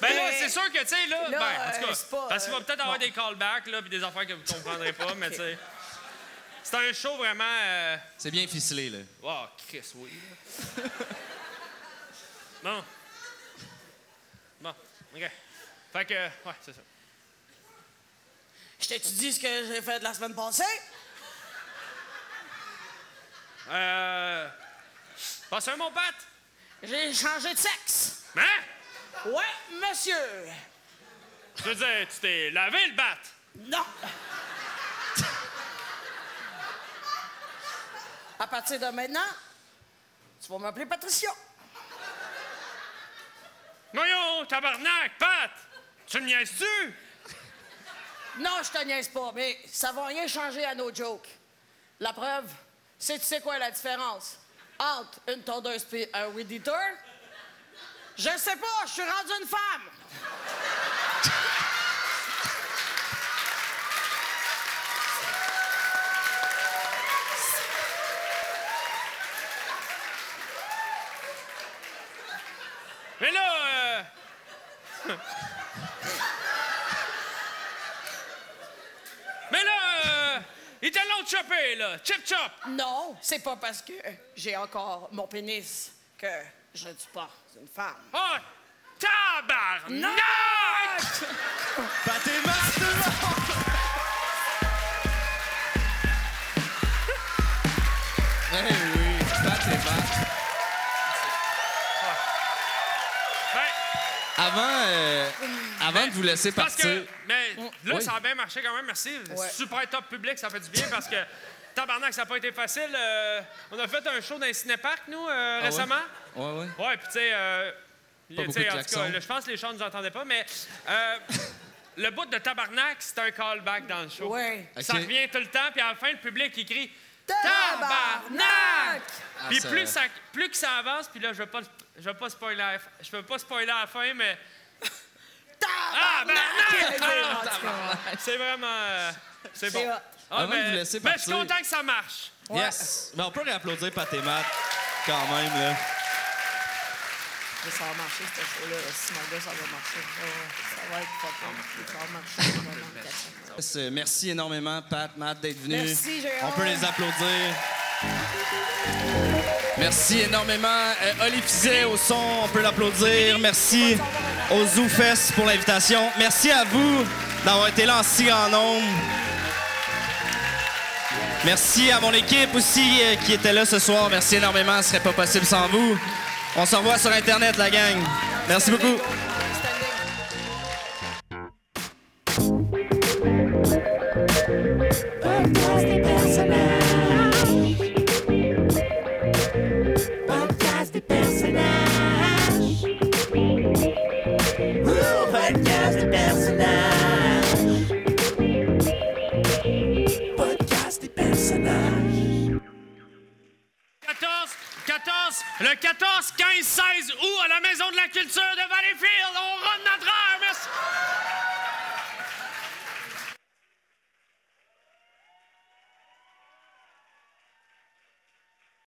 Ben là, Mais- c'est sûr que, tu sais, là, Là, ben, en euh, tout cas, c'est pas, parce qu'il va euh, peut-être avoir bon. des callbacks, là, puis des affaires que vous comprendrez pas, mais tu sais. C'est un show vraiment. euh, C'est bien ficelé, là. Oh, Chris, oui. là. non. Bon, OK. Fait que, ouais, c'est ça. Je t'ai-tu dit ce que j'ai fait la semaine passée? Euh. Passe un mon pat! J'ai changé de sexe! Hein? Ouais, monsieur! Je veux dire, tu t'es lavé le bat! Non! à partir de maintenant, tu vas m'appeler Patricia. Voyons, tabarnak, Pat! Tu me niaises-tu? Non, je te niaise pas, mais ça va rien changer à nos jokes. La preuve, c'est tu sais quoi la différence entre une tondeuse et un weed eater? Je sais pas, je suis rendue une femme! Mais là, euh, Mais là, euh, ils te l'ont chopé, là! Chip chop! Non, c'est pas parce que j'ai encore mon pénis que je ne suis pas une femme. Oh! Tabarnak! Pâté maths, tout le monde! Eh oui, pâté maths. Ben, Avant, euh, avant de vous laisser parce partir... que. Mais là, Oui. ça a bien marché quand même, merci. Ouais. Super top public, ça fait du bien parce que. Tabarnak, ça n'a pas été facile. euh, on a fait un show dans un cinépark, nous, Ah euh, ouais? récemment. Ouais, ouais. Ouais, puis tu sais, euh, le- tu beaucoup sais, de en tout klaxons. cas, le- je pense que les gens ne nous entendaient pas, mais euh, le bout de tabarnak, c'est un callback dans le show. Ouais. Ça Ok. revient tout le temps, puis à la fin, le public il crie Tabarnak! Tabarnak! Ah, Puis ça- plus, ça- plus que ça avance, puis là, je ne vais pas spoiler à la fin- je peux pas spoiler à la fin, mais Tabarnak! Tabarnak! c'est vraiment. euh, c'est C'est bon. hot. Ah, Avant de vous laisser mais je suis partir. content que ça marche. Yes! Mais on peut réapplaudir Pâté Mat quand même, là. Ça va marcher, ce show-là. Si mon gars, ça va marcher. Ouais, Ça va être fucking. Ça va marcher. vraiment. Yes, euh, Merci énormément, Pat, Matt, d'être venu. Merci, Jérôme. On peut les applaudir. Merci énormément. Euh, Oli Fizet au son, on peut l'applaudir. Merci aux ZooFest pour l'invitation. Merci à vous d'avoir été là en si grand nombre. Merci à mon équipe aussi euh, qui était là ce soir. Merci énormément, ce serait pas possible sans vous. On se revoit sur Internet, la gang. Merci beaucoup. Podcast des personnages. Podcast des personnages. Oh, podcast des personnages. 14, le 14, 15, 16 août à la Maison de la Culture de Valleyfield, on rentre notre